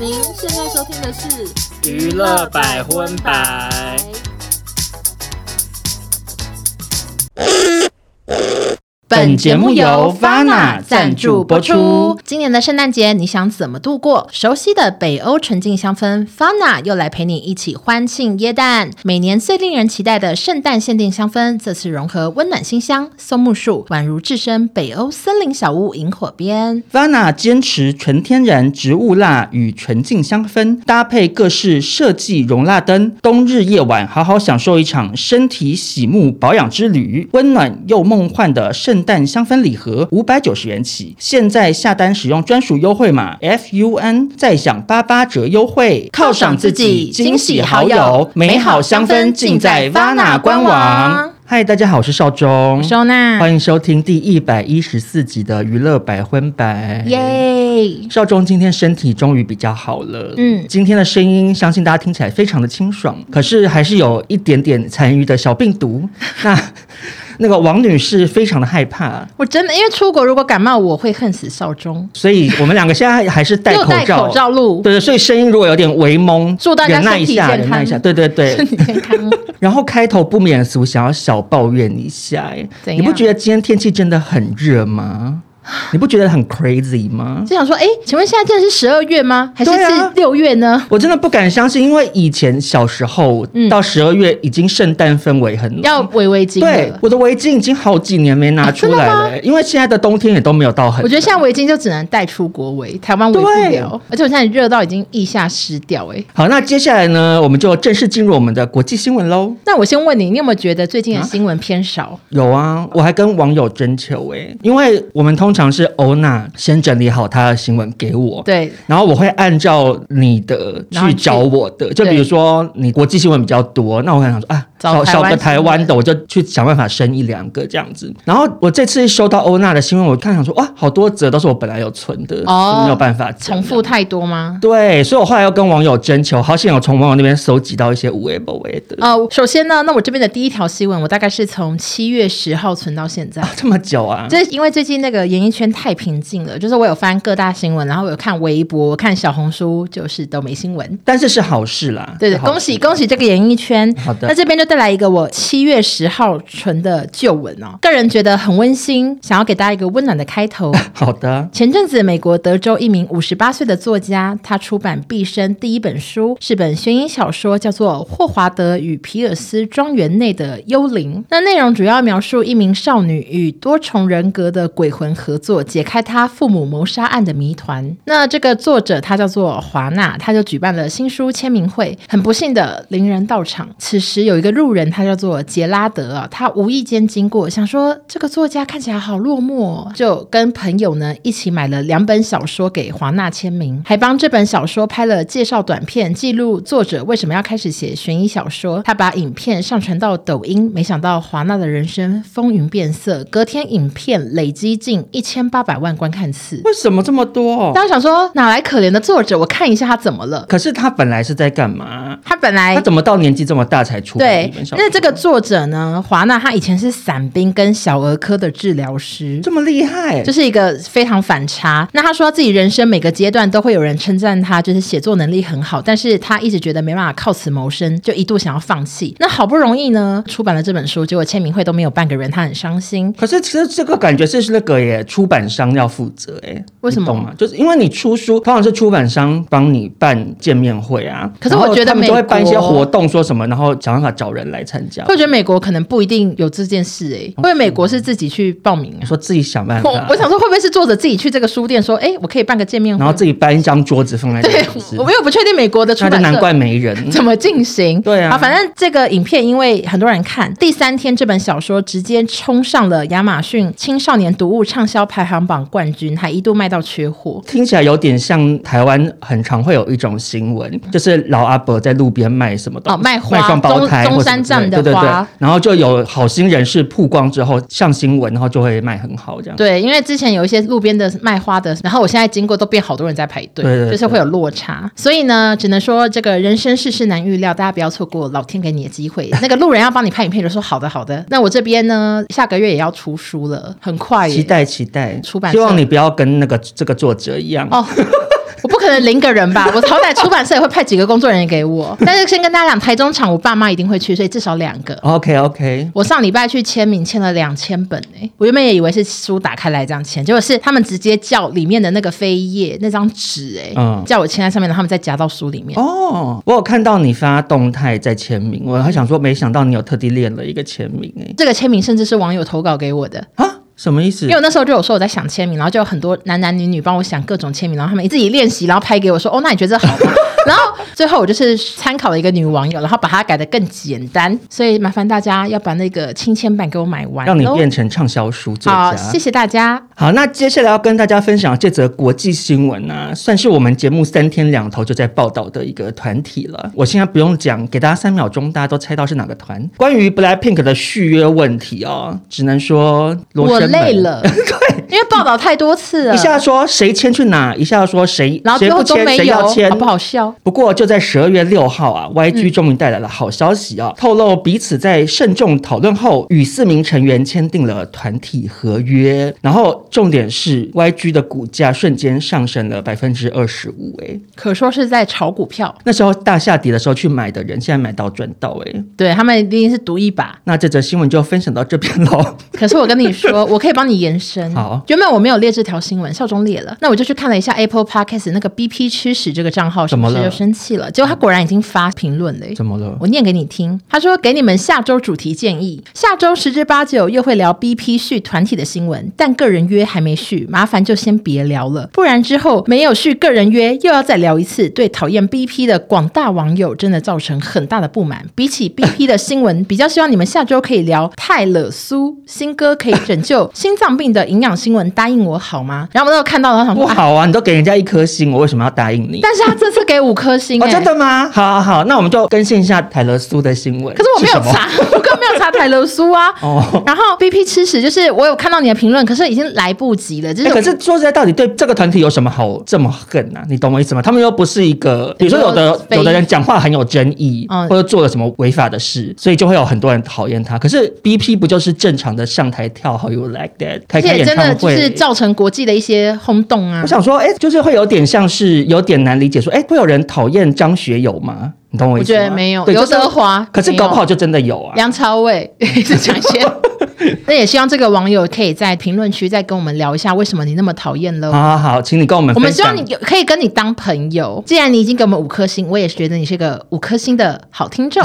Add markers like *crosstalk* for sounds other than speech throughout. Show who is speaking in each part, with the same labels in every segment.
Speaker 1: 您现在收听的是《
Speaker 2: 娱乐百分百》。
Speaker 3: 本节目由 Vana 赞助播出。今年的圣诞节，你想怎么度过？熟悉的北欧纯净香氛，Vana 又来陪你一起欢庆耶诞。每年最令人期待的圣诞限定香氛，这次融合温暖馨香、松木树，宛如置身北欧森林小屋萤火边。
Speaker 2: Vana 坚持纯天然植物蜡与纯净香氛，搭配各式设计容蜡灯，冬日夜晚好好享受一场身体洗沐保养之旅。温暖又梦幻的圣诞香氛礼盒，五百九十元起，现在下单使用专属优惠码 FUN，再享八八折优惠，犒赏自己，惊喜好友，美好香氛尽在 Vana 官网。嗨，大家好，我是邵忠，
Speaker 3: 收
Speaker 2: 嗯
Speaker 3: 纳，
Speaker 2: 欢迎收听第一百一十四集的娱乐百分百。
Speaker 3: 耶！
Speaker 2: 少中今天身体终于比较好了，
Speaker 3: 嗯
Speaker 2: 今天的声音相信大家听起来非常的清爽，可是还是有一点点残余的小病毒。 *laughs* 那那个王女士非常的害怕，
Speaker 3: 我真的因为出国如果感冒，我会恨死少中。
Speaker 2: 所以我们两个现在还是戴
Speaker 3: *laughs* 又
Speaker 2: 口
Speaker 3: 戴
Speaker 2: 罩，
Speaker 3: 口罩录，
Speaker 2: 对对，所以声音如果有点微蒙，
Speaker 3: 祝大家
Speaker 2: 忍耐
Speaker 3: 身
Speaker 2: 一
Speaker 3: 体
Speaker 2: 下，
Speaker 3: 健
Speaker 2: 忍耐一
Speaker 3: 康
Speaker 2: 下，对对
Speaker 3: *laughs*
Speaker 2: 对，
Speaker 3: 身体健康。
Speaker 2: 然后开头不免俗，想要小抱怨一下、哎，
Speaker 3: 怎
Speaker 2: 你不
Speaker 3: 样
Speaker 2: 觉得今天天气真的很热
Speaker 3: *sighs*
Speaker 2: 吗？你不觉得很 crazy 吗？
Speaker 3: 就想说，哎，请问现在真的是十二月吗？还是
Speaker 2: 对啊
Speaker 3: 是六月呢？
Speaker 2: 我真的不敢相信，因为以前小时候、
Speaker 3: 嗯
Speaker 2: 到十二月已经圣诞氛围很浓
Speaker 3: 要围围巾
Speaker 2: 对
Speaker 3: 了，。
Speaker 2: 我的围巾已经好几年没
Speaker 3: 啊
Speaker 2: 拿出来了、哎因为现在的冬天也都没有到很。
Speaker 3: 我觉得现在围巾就只能带出国围，台湾围不了。而且我现在热到已经腋下湿掉哎、
Speaker 2: 好，那接下来呢，我们就正式进入我们的国际新闻喽。
Speaker 3: 那我先问你，你有没有觉得最
Speaker 2: 啊
Speaker 3: 近的新闻偏少？
Speaker 2: 有啊，我还跟网友征求哎、因为我们通常是欧娜先整理好她的新闻给我，
Speaker 3: 对，
Speaker 2: 然后我会按照你的
Speaker 3: 然后
Speaker 2: 去
Speaker 3: 去
Speaker 2: 找我的，就比如说你国际新闻比较多，那我想说啊，
Speaker 3: 找
Speaker 2: 少少
Speaker 3: 台湾
Speaker 2: 个
Speaker 3: 新
Speaker 2: 台
Speaker 3: 闻
Speaker 2: 湾的，我就去想办法生一两个这样子。然后我这次收到欧娜的新闻，我看想说哇，好多则都是我本来有存的，
Speaker 3: 哦
Speaker 2: 没有办法整
Speaker 3: 重复。太多吗？
Speaker 2: 对，所以我后来又跟网友征求，好险有从网友那边搜集到一些无微不微的。
Speaker 3: 哦、首先呢，那我这边的第一条新闻，我大概是从七月十号存到现在。
Speaker 2: 这么久啊？
Speaker 3: 就是因为最近那个演艺圈太平静了，就是我有翻各大新闻，然后我有看微博、看小红书，就是都没新闻。
Speaker 2: 但是是好事啦。
Speaker 3: 对
Speaker 2: 是
Speaker 3: 对，
Speaker 2: 啊好事
Speaker 3: 恭喜恭喜这个演艺圈。
Speaker 2: 好的
Speaker 3: 那这边就带来一个我七月十号存的旧闻哦，个人觉得很温馨，想要给大家一个温暖的开头。
Speaker 2: 好的，
Speaker 3: 前阵子，美国德州一名五十八岁的作家，他出版毕生第一本书，是本悬疑小说，叫做《霍华德与皮尔斯庄园内的幽灵》。那内容主要描述一名少女与多重人格的鬼魂合作，解开她父母谋杀案的谜团。那这个作者他叫做华纳，他就举办了新书签名会，很不幸的零人到场。此时有一个路人，他叫做杰拉德啊，他无意间经过，想说这个作家看起来好落寞、哦，就跟朋友呢一起买了两本小说给华纳签名，还帮这本小说拍了介绍短片，记录作者为什么要开始写悬疑小说。他把影片上传到抖音，没想到华纳的人生风云变色，隔天影片累积近一千八百万观看次。
Speaker 2: 为什么这么多？
Speaker 3: 大家想说哪来可怜的作者？我看一下他怎么了。
Speaker 2: 可是他本来是在干嘛？
Speaker 3: 他本来
Speaker 2: 他怎么到年纪这么大才出版一
Speaker 3: 哎对
Speaker 2: 本小，说？
Speaker 3: 那这个作者呢，华纳他以前是伞兵跟小儿科的治疗师。
Speaker 2: 这么厉害，
Speaker 3: 就是一个非常反差。那他说他自己人生每个阶段都会有人称赞他，就是写作能力很好，但是他一直觉得没办法靠此谋生，就一度想要放弃。那好不容易呢，出版了这本书，结果签名会都没有半个人，他很伤心。
Speaker 2: 可是其实这个感觉是那个耶，出版商要负责哎，
Speaker 3: 为什么
Speaker 2: 你懂吗？就是因为你出书，通常是出版商帮你办见面会啊。
Speaker 3: 可是
Speaker 2: 然后
Speaker 3: 我觉得
Speaker 2: 他们就会
Speaker 3: 美国
Speaker 2: 办一些活动，说什么，然后想办法找人来参加。
Speaker 3: 会觉得美国可能不一定有这件事诶、
Speaker 2: 哦
Speaker 3: 因为美国是自己去报名
Speaker 2: 你
Speaker 3: 啊。
Speaker 2: 说自己想办法
Speaker 3: 我，我想说，会不会是作者自己去这个书店说，哎、我可以办个见面会
Speaker 2: 然后？自己搬一张桌子放在那
Speaker 3: 对
Speaker 2: 里，是，
Speaker 3: 我又不确定美国的出
Speaker 2: 那就
Speaker 3: 版
Speaker 2: 难
Speaker 3: 社
Speaker 2: 怪没人。
Speaker 3: 怎么进行？
Speaker 2: 嗯对啊
Speaker 3: 好，反正这个影片因为很多人看，第三天这本小说直接冲上了亚马逊青少年读物畅销排行榜冠军，还一度卖到缺货。
Speaker 2: 听起来有点像台湾很常会有一种新闻，就是老阿伯在路边卖什么东西，
Speaker 3: 哦卖花
Speaker 2: 双胞胎或
Speaker 3: 中
Speaker 2: 什么
Speaker 3: 中山
Speaker 2: 之类
Speaker 3: 站的
Speaker 2: 对对对
Speaker 3: 花，
Speaker 2: 然后就有好心人士曝光之后上新闻，然后就会卖很好这样。
Speaker 3: 对，因为之前有一些路边的卖花的，然后我现在经过都变好多人在排队，
Speaker 2: 对对对
Speaker 3: 就是会有落差。所以呢，只能说这个人生世事难预料，大家不要错过老天给你的
Speaker 2: *laughs*
Speaker 3: 机会。那个路人要帮你拍影片，就说好的好的。那我这边呢，下个月也要出书了，很快耶
Speaker 2: 期待期待，
Speaker 3: 出版
Speaker 2: *laughs*
Speaker 3: 社
Speaker 2: 希望你不要跟那个这个作者一样。
Speaker 3: 哦。我不可能零个人吧？我好歹出版社也会派几个工作人员
Speaker 2: *laughs*
Speaker 3: 给我。但是先跟大家讲，台中场我爸妈一定会去，所以至少两个。
Speaker 2: OK OK，
Speaker 3: 我上礼拜去签名，签了两千本诶、我原本也以为是书打开来这样签，结果是他们直接叫里面的那个扉页那张纸诶、
Speaker 2: 嗯
Speaker 3: 叫我签在上面，然后他们再夹到书里面。
Speaker 2: 哦，我有看到你发动态在签名，我还想说，没想到你有特地练了一个签名哎、
Speaker 3: 这个签名甚至是网友投稿给我的，
Speaker 2: 啊，什么意思
Speaker 3: 因为？我那时候就有说我在想签名，然后就有很多男男女女帮我想各种签名，然后他们自己练习，然后拍给我说：“哦，那你觉得这好
Speaker 2: *laughs*
Speaker 3: 吗？”然后最后我就是参考了一个女网友，然后把它改得更简单，所以麻烦大家要把那个亲签版给我买完咯，
Speaker 2: 让你变成畅销书作家。
Speaker 3: 好，谢谢大家。
Speaker 2: 好，那接下来要跟大家分享这则国际新闻呢、算是我们节目三天两头就在报道的一个团体了。我现在不用讲，给大家三秒钟，大家都猜到是哪个团。关于 BLACKPINK 的续约问题哦，只能说罗
Speaker 3: *laughs* 我
Speaker 2: 生门
Speaker 3: 累了，因为报道太多次
Speaker 2: *laughs*
Speaker 3: 了，
Speaker 2: 一下说谁签去哪，一下说谁
Speaker 3: 然后
Speaker 2: 谁
Speaker 3: 最后
Speaker 2: 不
Speaker 3: 都
Speaker 2: 签
Speaker 3: 没
Speaker 2: 谁
Speaker 3: 有，
Speaker 2: 要签
Speaker 3: 好，不好笑？
Speaker 2: 不过就在十二月六号啊，YG
Speaker 3: 嗯
Speaker 2: 终于带来了好消息啊，透露彼此在慎重讨论后，与四名成员签订了团体合约。然后重点是 YG 的股价瞬间上升了百分之二十五，哎，
Speaker 3: 可说是在炒股票，
Speaker 2: 那时候大下跌的时候去买的人，现在买到赚到，哎。
Speaker 3: 对他们一定是赌一把。
Speaker 2: 那这则新闻就分享到这边喽。
Speaker 3: *laughs* 可是我跟你说，我可以帮你延伸。
Speaker 2: 好，
Speaker 3: 原本我没有列这条新闻，少中列了。那我就去看了一下 Apple Podcast 那个 BP 驱使这个账号，
Speaker 2: 怎么了
Speaker 3: 是不是就生气了？结果他果然已经发评论了耶。
Speaker 2: 怎么了？
Speaker 3: 我念给你听，他说给你们下周主题建议，下周十之八九又会聊 BP 续团体的新闻，但个人约还没续，麻烦就先别聊了，不然之后没有续个人约又要再聊一次，对讨厌 BP 的广大网友真的造成很大的不满。比起
Speaker 2: *laughs*
Speaker 3: BP 的新闻，比较希望你们下周可以聊泰勒苏新歌可以拯救 *laughs* 心脏病的营养新闻，答应我好吗？然后我那时候看到了，我想
Speaker 2: 不
Speaker 3: 说、啊，
Speaker 2: 好啊，你都给人家一颗星，我为什么要答应你？
Speaker 3: 但是他这次给五颗星、
Speaker 2: 哦，
Speaker 3: 欸
Speaker 2: 真的吗？好好好，那我们就更新一下泰勒苏的新闻。
Speaker 3: 可是我没有
Speaker 2: 什么
Speaker 3: 查，我根本没有查台流苏
Speaker 2: *laughs*
Speaker 3: 啊。
Speaker 2: 哦。
Speaker 3: *laughs* 然后 BP 吃屎就是我有看到你的评论，可是已经来不及了，就是、
Speaker 2: 欸可是说实在，到底对这个团体有什么好这么恨啊？你懂我意思吗？他们又不是一个，比如说有的
Speaker 3: 非
Speaker 2: 有的人讲话很有争议，
Speaker 3: 嗯
Speaker 2: 或者做了什么违法的事，所以就会有很多人讨厌他。可是 BP 不就是正常的上台跳 How You Like That 开开
Speaker 3: 而且
Speaker 2: 演
Speaker 3: 真的
Speaker 2: 唱
Speaker 3: 就
Speaker 2: 会？
Speaker 3: 是造成国际的一些轰动啊
Speaker 2: 我。想说，哎、就是会有点像是有点难理解说、哎，会有人讨厌张学友吗？你懂我
Speaker 3: 我
Speaker 2: 意思
Speaker 3: 觉
Speaker 2: 吗？
Speaker 3: 得没有，
Speaker 2: 对
Speaker 3: 刘
Speaker 2: 就是
Speaker 3: 德华，
Speaker 2: 可是
Speaker 3: 没有
Speaker 2: 搞不好就真的有啊。
Speaker 3: 梁朝伟 *laughs* 一直讲一
Speaker 2: *laughs*
Speaker 3: 些。那也希望这个网友可以在评论区再跟我们聊一下，为什么你那么讨厌喽
Speaker 2: 好？好好，请你跟我们
Speaker 3: 我们
Speaker 2: 分
Speaker 3: 希
Speaker 2: 享
Speaker 3: 望你有可以跟你当朋友。既然你已经给我们五颗星，我也是觉得你是个五颗星的好听
Speaker 2: *laughs*
Speaker 3: 众。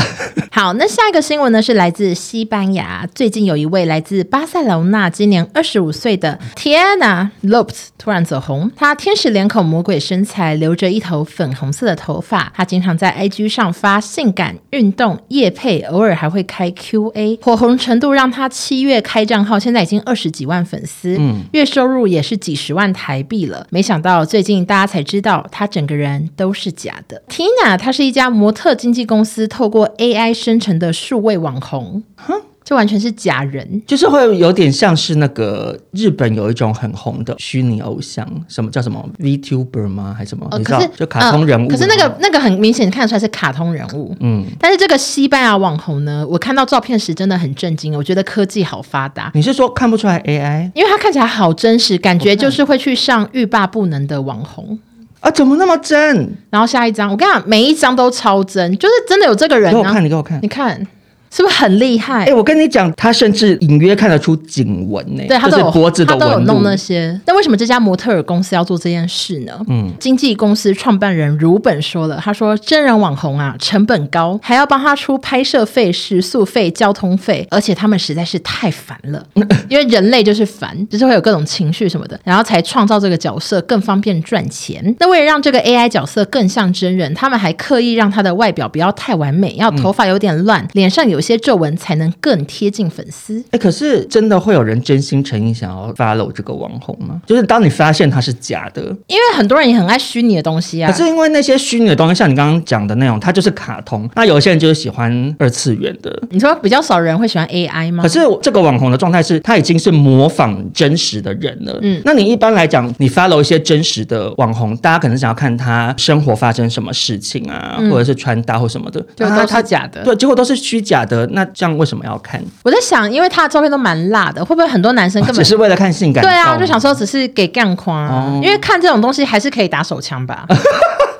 Speaker 3: 好，那下一个新闻呢是来自西班牙，最近有一位来自巴塞隆纳，今年二十五岁的 Tiana Lopes 突然走红。她天使脸孔、魔鬼身材，留着一头粉红色的头发。她经常在 IG 上发性感运动夜配，偶尔还会开 QA，火红程度让她七月开账号，现在已经二十几万粉丝。
Speaker 2: 嗯
Speaker 3: 月收入也是几十万台币了。没想到最近大家才知道，她整个人都是假的。Tina，她是一家模特经纪公司透过 AI 生成的数位网红，这完全是假人。
Speaker 2: 就是会有点像是那个日本有一种很红的虚拟偶像，什么叫什么 VTuber 吗？还是什么？
Speaker 3: 哦，
Speaker 2: 你知
Speaker 3: 可
Speaker 2: 道
Speaker 3: 是
Speaker 2: 就卡通人物、啊
Speaker 3: 嗯可是那个。那个很明显看得出来是卡通人物，
Speaker 2: 嗯
Speaker 3: 嗯。但是这个西班牙网红呢，我看到照片时真的很震惊，我觉得科技好发达。
Speaker 2: 你是说看不出来 AI
Speaker 3: 因为他看起来好真实，感觉就是会去上欲罢不能的网红。
Speaker 2: 啊？怎么那么真？
Speaker 3: 然后下一张，我跟你讲，每一张都超真，就是真的有这个人
Speaker 2: 给我
Speaker 3: 啊。
Speaker 2: 看，你给我看
Speaker 3: 你。看是不是很厉害？
Speaker 2: 哎、我跟你讲，他甚至隐约看得出颈纹呢、
Speaker 3: 对他
Speaker 2: 就
Speaker 3: 都
Speaker 2: 是
Speaker 3: 有
Speaker 2: 脖子的
Speaker 3: 他都有
Speaker 2: 纹路
Speaker 3: 弄。那些。但为什么这家模特儿公司要做这件事呢？嗯，经纪公司创办人如本说了，他说真人网红啊，成本高，还要帮他出拍摄费、食宿费、交通费，而且他们实在是太烦
Speaker 2: *laughs*
Speaker 3: 了，因为人类就是烦，就是会有各种情绪什么的，然后才创造这个角色更方便赚钱。那为了让这个 AI 角色更像真人，他们还刻意让他的外表不要太完美，要
Speaker 2: 嗯
Speaker 3: 头发有点乱，脸上有些皱纹，才能更贴近粉丝。
Speaker 2: 哎、可是真的会有人真心诚意想要 follow 这个网红吗？就是当你发现他是假的，
Speaker 3: 因为很多人也很爱虚拟的东西啊。
Speaker 2: 可是因为那些虚拟的东西，像你刚刚讲的那种，它就是卡通。那有些人就是喜欢二次元的，
Speaker 3: 你说比较少人会喜欢 AI 吗？
Speaker 2: 可是这个网红的状态是，他已经是模仿真实的人了。嗯
Speaker 3: 嗯，
Speaker 2: 那你一般来讲，你 follow 一些真实的网红，大家可能想要看他生活发生什么事情啊，或者是穿搭或什么的，
Speaker 3: 就
Speaker 2: 啊
Speaker 3: 嗯都
Speaker 2: 他
Speaker 3: 是假的
Speaker 2: 对，结果都是虚假德，那这样为什么要看？
Speaker 3: 我在想，因为他的照片都蛮辣的，会不会很多男生根
Speaker 2: *laughs* 只
Speaker 3: 本
Speaker 2: 是为了看性感照
Speaker 3: 对
Speaker 2: 吗？
Speaker 3: 啊，就想说只是给干夸、
Speaker 2: 哦
Speaker 3: 因为看这种东西还是可以打手枪
Speaker 2: *laughs*
Speaker 3: 吧。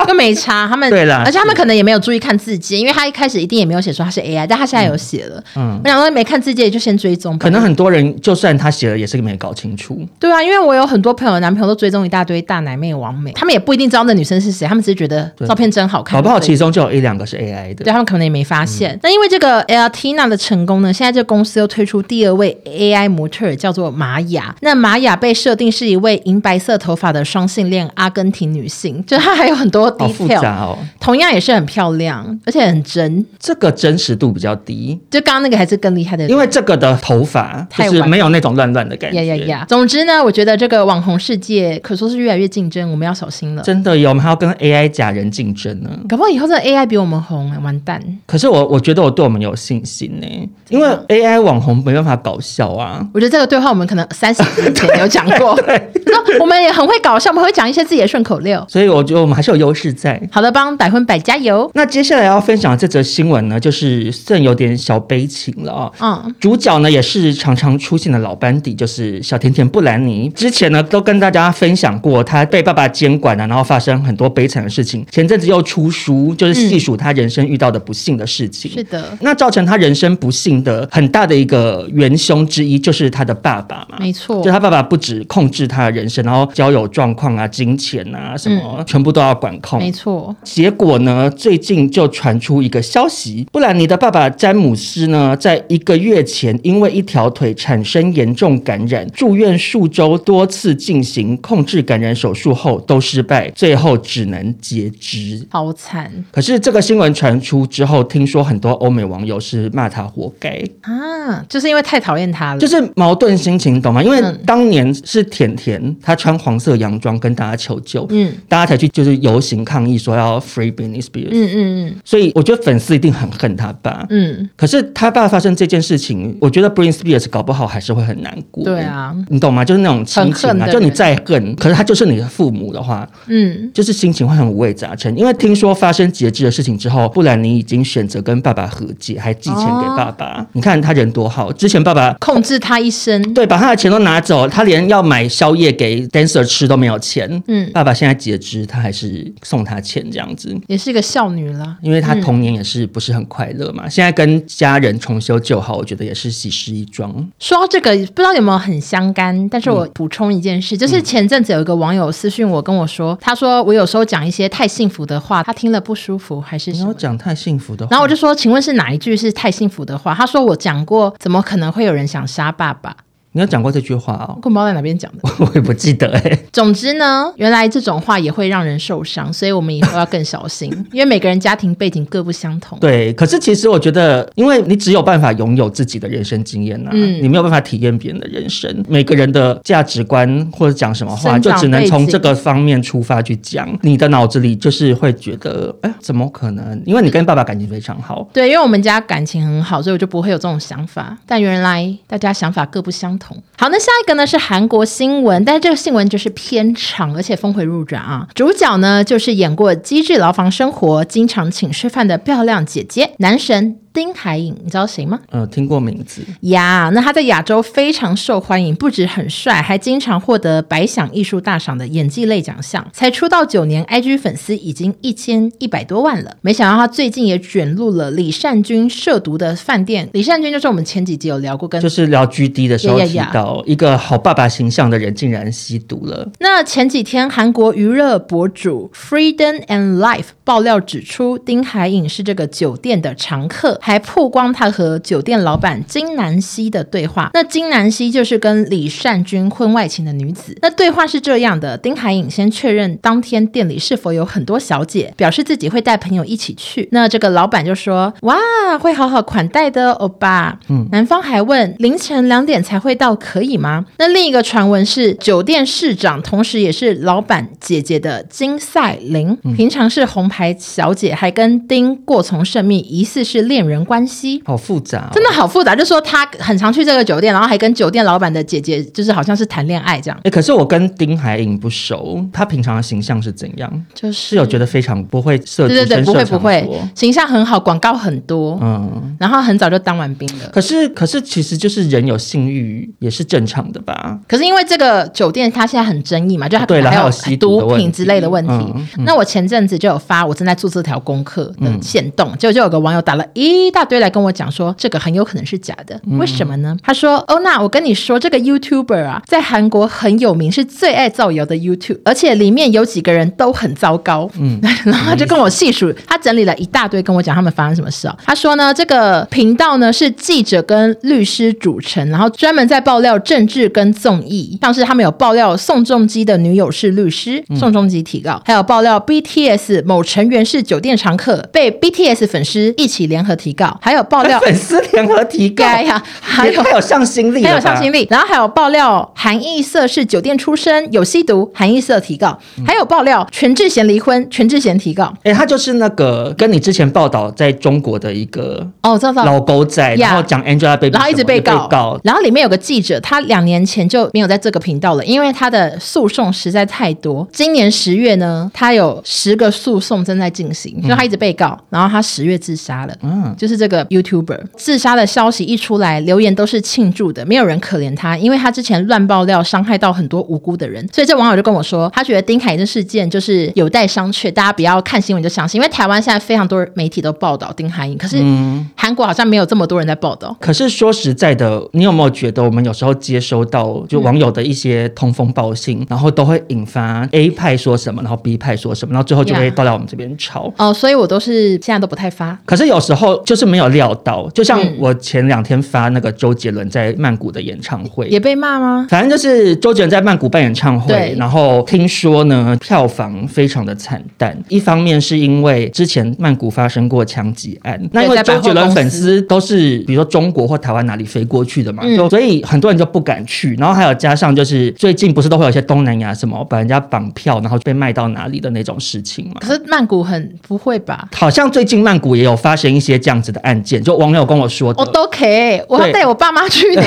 Speaker 3: 又没差，他们
Speaker 2: 对啦
Speaker 3: 而且他们可能也没有注意看字迹，因为他一开始一定也没有写说他是 AI，但他现在有写了。
Speaker 2: 嗯
Speaker 3: 我想说没看字迹就先追踪吧，
Speaker 2: 可能很多人就算他写了，也是没搞清楚。
Speaker 3: 对啊，因为我有很多朋友的男朋友都追踪一大堆大奶妹、王美，他们也不一定知道那女生是谁，他们只是觉得
Speaker 2: 对
Speaker 3: 照片真好看，
Speaker 2: 搞不好
Speaker 3: 就追
Speaker 2: 其中就有一两个是 AI 的
Speaker 3: 对。他啊们可能也没发现。那因为这个 l t i n a 的成功呢，现在这个公司又推出第二位 AI 模特儿，叫做玛雅。那玛雅被设定是一位银白色头发的双性恋阿根廷女性，就她还有很多
Speaker 2: 好复
Speaker 3: detail，、
Speaker 2: 杂哦，
Speaker 3: 同样也是很漂亮，而且很真。
Speaker 2: 这个真实度比较低，
Speaker 3: 就刚刚那个还是更厉害的，
Speaker 2: 因为这个的头发就
Speaker 3: 太
Speaker 2: 是
Speaker 3: 完
Speaker 2: 没有那种乱乱的感
Speaker 3: 呀
Speaker 2: 觉。
Speaker 3: 呀呀！总之呢，我觉得这个网红世界可说是越来越竞争，我们要小心了。
Speaker 2: 真的有，我们还要跟 AI 假人竞争呢。
Speaker 3: 搞不好以后这 AI 比我们红、完蛋！
Speaker 2: 可是我我觉得我对我们有信心呢、因为 AI 网红没办法搞笑啊。
Speaker 3: 我觉得这个对话我们可能三十年前有讲过，说我们也很会搞笑，我们会讲一些自己的顺口溜。
Speaker 2: 所以我觉得我们还是有优势在。
Speaker 3: 好的，帮百分百加油。
Speaker 2: 那接下来要分享的这则新闻呢，就是算有点小悲情了啊、
Speaker 3: 嗯，
Speaker 2: 主角呢也是常常出现的老班底，就是小甜甜布兰妮。之前呢都跟大家分享过，她被爸爸监管啊了、然后发生很多悲惨的事情。前阵子又出书，就是细数她人生遇到的不幸的事情。
Speaker 3: 是的，
Speaker 2: 那造成她人生不幸的很大的一个元凶之一，就是她的爸爸嘛。
Speaker 3: 没错
Speaker 2: 就。他爸爸不止控制他的人生，然后交友状况啊、金钱啊什么，全部都要管控。
Speaker 3: 嗯没错，
Speaker 2: 结果呢，最近就传出一个消息，布兰妮的爸爸詹姆斯呢，在一个月前因为一条腿产生严重感染，住院数周，多次进行控制感染手术后都失败，最后只能截肢。
Speaker 3: 好惨
Speaker 2: 可是这个新闻传出之后，听说很多欧美网友是骂他活该，
Speaker 3: 啊！就是因为太讨厌他了，
Speaker 2: 就是是矛盾心情，懂吗？因为
Speaker 3: 嗯
Speaker 2: 当年是甜甜她穿黄色洋装跟大家求救，
Speaker 3: 嗯
Speaker 2: 大家才去就是游行抗议说要 free Britney Spears，、
Speaker 3: 嗯嗯
Speaker 2: 所以我觉得粉丝一定很恨他爸。
Speaker 3: 嗯
Speaker 2: 可是他爸发生这件事情，我觉得 Britney Spears 搞不好还是会很难过。
Speaker 3: 嗯，对，啊，
Speaker 2: 你懂吗？就是那种亲情
Speaker 3: 很恨
Speaker 2: 啊，
Speaker 3: 的人
Speaker 2: 就你再恨，可是他就是你的父母的话，
Speaker 3: 嗯，
Speaker 2: 就是心情会很五味杂陈。因为听说发生截肢的事情之后，布兰妮已经选择跟爸爸和解，还寄钱给爸爸。
Speaker 3: 哦
Speaker 2: 你看他人多好，之前爸爸
Speaker 3: 控制他一生，
Speaker 2: 对，把他的钱都拿走，他连要买宵夜给 dancer 吃都没有钱。
Speaker 3: 嗯
Speaker 2: 爸爸现在截肢，他还是送他钱这样子。
Speaker 3: 也是个少女啦。
Speaker 2: 因为他童年也是不是很快乐
Speaker 3: 嗯
Speaker 2: 嘛，现在跟家人重修旧好，我觉得也是喜事一桩。
Speaker 3: 说到这个，不知道有没有很相干，但是我补充一件事，就是前阵子有一个网友私讯我跟我说，他说我有时候讲一些太幸福的话，他听了不舒服还是
Speaker 2: 你
Speaker 3: 什
Speaker 2: 要
Speaker 3: 么。
Speaker 2: 讲太幸福的话，
Speaker 3: 然后我就说，请问是哪一句是太幸福的话？他说我讲过，怎么可能会有人想杀爸爸？
Speaker 2: 你有讲过这句话
Speaker 3: 我
Speaker 2: 哦， *laughs*
Speaker 3: 根本不知道在哪边讲的。
Speaker 2: 我也不记得哎、
Speaker 3: 总之呢，原来这种话也会让人受伤，所以我们以后要更小心，因为每个人家庭背景各不相同。
Speaker 2: 对，可是其实我觉得，因为你只有办法拥有自己的人生经验呐、
Speaker 3: 嗯
Speaker 2: 你没有办法体验别人的人生。每个人的价值观或者讲什么话，
Speaker 3: 生
Speaker 2: 就
Speaker 3: 长
Speaker 2: 只能从
Speaker 3: 背景
Speaker 2: 这个方面出发去讲。你的脑子里就是会觉得，哎，怎么可能？因为你跟爸爸感情非常好。
Speaker 3: 对，因为我们家感情很好，所以我就不会有这种想法。但原来大家想法各不相同。好，那下一个呢是韩国新闻，但是这个新闻就是偏长，而且峰回路转啊。主角呢就是演过《机智牢房生活》、经常请吃饭的漂亮姐姐男神丁海寅，你知道谁吗？
Speaker 2: 呃，听过名字，
Speaker 3: 呀那他在亚洲非常受欢迎，不止很帅，还经常获得百想艺术大赏的演技类奖项。才出道九年，IG 粉丝已经一千一百多万了。没想到他最近也卷入了李善均涉毒的饭店。李善均就是我们前几集有聊过跟，
Speaker 2: 就是聊 GD 的时候
Speaker 3: 呀呀
Speaker 2: 提
Speaker 3: 呀
Speaker 2: 到，一个好爸爸形象的人竟然吸毒了。
Speaker 3: 那前几天，韩国娱乐博主 Freedom and Life 爆料指出，丁海寅是这个酒店的常客，还曝光他和酒店老板金南熙的对话。那金南熙就是跟李善均婚外情的女子。那对话是这样的：丁海寅先确认当天店里是否有很多小姐，表示自己会带朋友一起去。那这个老板就说：“哇，会好好款待的，欧巴。”
Speaker 2: 嗯
Speaker 3: 男方还问凌晨两点才会到，可以吗？那另一个传闻是酒店市长，同时也是老板姐姐的金
Speaker 2: 嗯
Speaker 3: 赛玲，平常是红牌小姐，还跟丁过从甚密，疑似是恋人。人关系。
Speaker 2: 好复杂、哦
Speaker 3: 真的。好复杂，就说他很常去这个酒店，然后还跟酒店老板的姐姐，就是好像是谈恋爱这样，
Speaker 2: 哎、可是我跟丁海颖不熟，她平常的形象是怎样？
Speaker 3: 就是
Speaker 2: 有觉得非常不会涉
Speaker 3: 对对对，
Speaker 2: 出
Speaker 3: 不
Speaker 2: 身
Speaker 3: 会
Speaker 2: 涉
Speaker 3: 不
Speaker 2: 场
Speaker 3: 会
Speaker 2: 所，
Speaker 3: 形象很好，广告很多，
Speaker 2: 嗯。
Speaker 3: 然后很早就当完兵了。
Speaker 2: 可是，可是，其实就是人有性欲也是正常的吧？
Speaker 3: 可是因为这个酒店它现在很争议嘛，就它可
Speaker 2: 对了
Speaker 3: 能还
Speaker 2: 还有
Speaker 3: 有
Speaker 2: 吸毒的
Speaker 3: 毒
Speaker 2: 问
Speaker 3: 品之类的问题。
Speaker 2: 题嗯
Speaker 3: 那我前阵子就有发我正在做这条功课的线动，结果就有个网友打了一大堆来跟我讲说，这个很有可能是假的，
Speaker 2: 嗯
Speaker 3: 为什么呢？他说：“欧娜，我跟你说，这个 YouTuber 啊，在韩国很有名，是最爱造谣的 YouTube，而且里面有几个人都很糟糕。”嗯， *laughs* 然后他就跟我细数，他整理了一大堆跟我讲他们发生什么事啊。他说呢，这个频道呢是记者跟律师组成，然后专门在爆料政治跟综艺，像是他们有爆料宋仲基的女友是律师，
Speaker 2: 嗯
Speaker 3: 宋仲基提告，还有爆料 BTS 某成员是酒店常客，被 BTS 粉丝一起联合提告，还有爆料
Speaker 2: *laughs* 粉丝联合提高，
Speaker 3: 该呀、哦还
Speaker 2: 也
Speaker 3: 有
Speaker 2: 太有上心力了吧，
Speaker 3: 还有向心力，然后还有爆料韩艺瑟是酒店出身，有吸毒，韩艺瑟提告，
Speaker 2: 嗯
Speaker 3: 还有爆料全智贤离婚，全智贤提告。
Speaker 2: 哎、他就是那个跟你之前报道在中国的一个
Speaker 3: 哦，知道知道。
Speaker 2: 老狗仔，
Speaker 3: 呀
Speaker 2: 然后讲 Angelababy，
Speaker 3: 然后一直
Speaker 2: 什么
Speaker 3: 被
Speaker 2: 也
Speaker 3: 告，
Speaker 2: 告，
Speaker 3: 然后里面有个记者，他两年前就没有在这个频道了，因为他的诉讼实在太多。今年十月呢，他有十个诉讼正在进行，就他一直被告，然后他十月自杀了。
Speaker 2: 嗯，
Speaker 3: 就是这个 YouTuber 自杀的消息一出来，留言都是庆祝的，没有人可怜他，因为他之前乱爆料，伤害到很多无辜的人。所以这网友就跟我说，他觉得丁凯这事件就是有待商榷，大家不要看新闻就相信，因为台湾现在非常多媒体都报道丁海颖，可是
Speaker 2: 嗯
Speaker 3: 韩国好像没有这么多人在报道。
Speaker 2: 可是说实在的，你有没有觉得我们有时候接收到就网友的一些通风报信，然后都会引发 A 派说什么，然后 B 派说什么，然后最后就会
Speaker 3: Yeah
Speaker 2: 到来我们这边吵。
Speaker 3: 哦，所以我都是现在都不太发。
Speaker 2: 可是有时候就是没有料到，就像
Speaker 3: 嗯
Speaker 2: 我前两天发那个周杰伦在曼谷的演唱会，
Speaker 3: 也被骂吗？
Speaker 2: 反正就是周杰伦在曼谷办演唱会
Speaker 3: 对，
Speaker 2: 然后听说呢票房非常的惨淡。一方面是因为之前曼谷发生过枪击案，那因为周杰伦粉丝都是比如说中国或台湾哪里飞过去的嘛，
Speaker 3: 嗯
Speaker 2: 就所以很多人就不敢去。然后还有加上就是最近不是都会有一些东南亚什么把人家绑票，然后被卖到哪里的那种事情嘛
Speaker 3: 可。是曼谷很不会吧？
Speaker 2: 好像最近曼谷也有发生一些这样子的案件，就网友跟我说的。
Speaker 3: 我哦都可以，欸我要
Speaker 2: 呃对
Speaker 3: 带我爸妈去呢。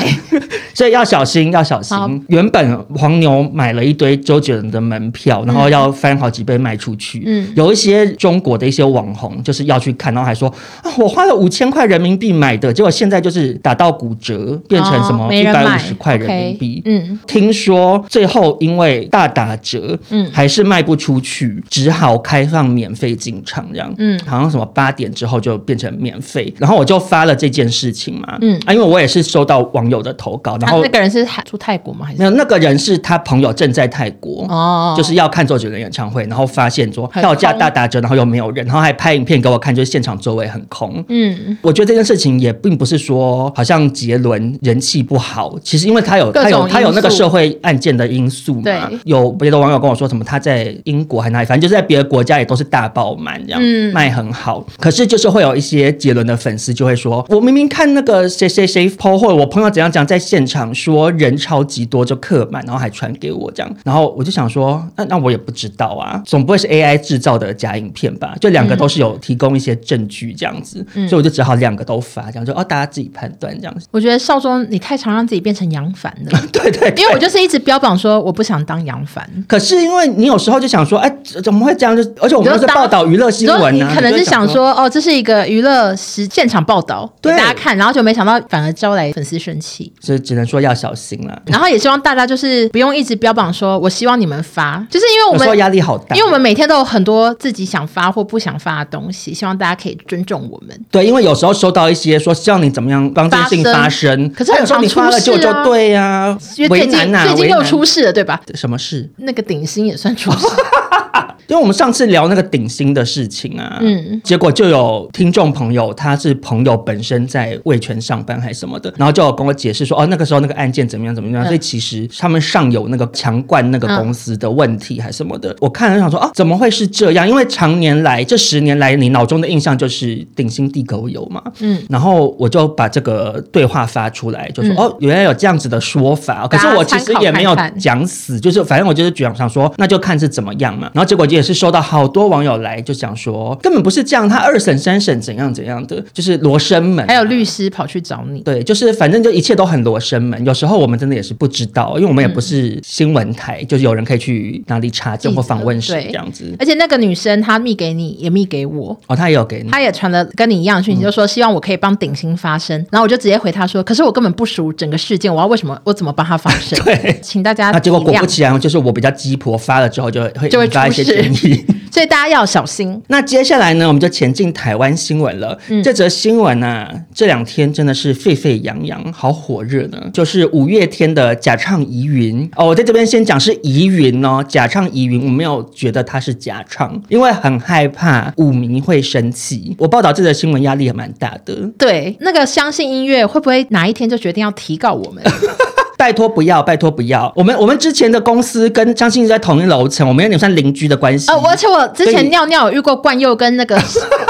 Speaker 2: 所以要小心，要小心
Speaker 3: 好。
Speaker 2: 原本黄牛买了一堆周杰伦的门票，然后要翻好几倍卖出去。
Speaker 3: 嗯
Speaker 2: 有一些中国的一些网红就是要去看，然后还说啊，我花了五千块人民币买的，结果现在就是打到骨折，变成什
Speaker 3: 哦
Speaker 2: 么
Speaker 3: 没
Speaker 2: 一
Speaker 3: 人
Speaker 2: 百
Speaker 3: 买
Speaker 2: 五十块人民币
Speaker 3: OK，。嗯，
Speaker 2: 听说最后因为大打折，
Speaker 3: 嗯
Speaker 2: 嗯，还是卖不出去，只好开放免费进场这样，
Speaker 3: 嗯
Speaker 2: 嗯，好像什么八点之后就变成免费，然后我就发了这件事情嘛，
Speaker 3: 嗯
Speaker 2: 嗯，啊，因为我也是收到网友的投稿，然
Speaker 3: 他
Speaker 2: 后
Speaker 3: 啊那个人是海住泰国吗？还是
Speaker 2: 没有那个人是他朋友正在泰国，
Speaker 3: 哦，
Speaker 2: 就是要看周杰伦演唱会，然后发现说
Speaker 3: 很
Speaker 2: 票价
Speaker 3: 空
Speaker 2: 大打折，然后又没有人，然后还拍影片给我看，就是现场周围很空，
Speaker 3: 嗯，
Speaker 2: 我觉得这件事情也并不是说好像杰伦人气不好，其实因为他有
Speaker 3: 各
Speaker 2: 他
Speaker 3: 种
Speaker 2: 有他有那个
Speaker 3: 因素
Speaker 2: 社会案件的因素嘛
Speaker 3: 对。
Speaker 2: 有别的网友跟我说什么他在英国还哪里，反正就是在别的国家也都是大爆满这样，
Speaker 3: 嗯
Speaker 2: 卖很好。可是就是会有一些杰伦的粉丝就会说，我明明看那个谁谁谁 PO 或者我朋友怎样讲，在现场说人超级多就客满，然后还传给我这样，然后我就想说，那那我也不知道啊，总不会是 AI 制造的假影片吧？就两个都是有提供一些证据这样子，
Speaker 3: 嗯
Speaker 2: 所以我就只好两个都发，这样就哦大家自己判断这样子。 *laughs*
Speaker 3: 我觉得少中你太常让自己变成杨凡了，
Speaker 2: 对对对
Speaker 3: 因为我就是一直标榜说我不想当杨凡。
Speaker 2: 可是因为你有时候就想说，哎，怎怎么会这样？就而且我们都是报道娱乐新闻啊，
Speaker 3: 你可能
Speaker 2: *laughs* 就是
Speaker 3: 想，说，哦，这是一个娱乐实现场报道给
Speaker 2: 对
Speaker 3: 大家看，然后就没想到反而招来粉丝生气。
Speaker 2: 所以只能说要小心啊了。
Speaker 3: 然后也希望大家就是不用一直标榜说，我希望你们发，就是因为我
Speaker 2: 有时
Speaker 3: 们
Speaker 2: 候压力好大，
Speaker 3: 因为我们每天都有很多自己想发或不想发的东西，希望大家可以尊重我们。
Speaker 2: 对，因为有时候收到一些说希望你怎么样帮这件事情
Speaker 3: 发
Speaker 2: 发
Speaker 3: 声
Speaker 2: 生，
Speaker 3: 可是
Speaker 2: 还
Speaker 3: 很
Speaker 2: 有说
Speaker 3: 常
Speaker 2: 你发了
Speaker 3: 出
Speaker 2: 就
Speaker 3: 事
Speaker 2: 就
Speaker 3: 啊
Speaker 2: 对呀、
Speaker 3: 因为
Speaker 2: 为
Speaker 3: 最近、
Speaker 2: 难呐、啊
Speaker 3: 最近
Speaker 2: 为
Speaker 3: 又
Speaker 2: 难哦
Speaker 3: 出事了，对吧？
Speaker 2: 什么事？
Speaker 3: 那个顶薪也算出事，
Speaker 2: 因为我们上次聊那个顶薪的事情啊，
Speaker 3: 嗯
Speaker 2: 嗯，结果就有听众朋友，他是朋友本身在味全上班还是什么的，然后就有跟我解释说，哦，那个时候那个案件怎么样怎么样，
Speaker 3: 嗯
Speaker 2: 所以其实他们上游那个强冠那个公司的问题还是什么
Speaker 3: 嗯
Speaker 2: 的，我看了就想说，啊，怎么会是这样？因为常年来这十年来，你脑中的印象就是顶薪地沟油嘛，
Speaker 3: 嗯
Speaker 2: 嗯，然后我就把这个对话发出来，就说，
Speaker 3: 嗯
Speaker 2: 哦，原来有这样子的说法，可是我其实也没有
Speaker 3: 大家参考看看
Speaker 2: 讲死，就是反正我就是觉得想说，那就看是怎么样嘛。然后结果就也是收到好多网友来就讲说，根本不是这样，他二审三审怎样怎样的，就是罗生门、
Speaker 3: 还有律师跑去找你，
Speaker 2: 对，就是反正就一切都很罗生门。有时候我们真的也是不知道，因为我们也不是新闻台，就是有人可以去哪里查证或访问谁
Speaker 3: 对
Speaker 2: 这样子。
Speaker 3: 而且那个女生她密给你，也密给我。
Speaker 2: 哦，他也有给你，
Speaker 3: 她也传了跟你一样的
Speaker 2: 嗯
Speaker 3: 讯息，就说希望我可以帮顶新发声，然后我就直接回她说，可是我根本不熟整个事件，我要为什么我怎么帮她发声？
Speaker 2: 对
Speaker 3: 请大家
Speaker 2: 那结果果
Speaker 3: 体谅
Speaker 2: 不其然，就是我比较鸡婆，发了之后就会
Speaker 3: 就会
Speaker 2: 引发一
Speaker 3: 出
Speaker 2: 些
Speaker 3: 事
Speaker 2: 争议。
Speaker 3: 所以大家要小心。
Speaker 2: 那接下来呢，我们就前进台湾新闻了。这则新闻呢、这两天真的是沸沸扬扬，好火热呢。就是五月天的假唱疑云哦，我在这边先讲是疑云哦，假唱疑云，我没有觉得他是假唱，因为很害怕舞迷会生气。我报道这则新闻压力也蛮大的，
Speaker 3: 对，那个相信音乐会不会哪一天就决定要提告我们？
Speaker 2: 拜托不要，拜托不要。我们我们之前的公司跟张信哲在同一楼层，我们有点算邻居的关系。
Speaker 3: 呃，我而且我之
Speaker 2: 所
Speaker 3: 前
Speaker 2: 以
Speaker 3: 尿尿有遇过冠佑跟那个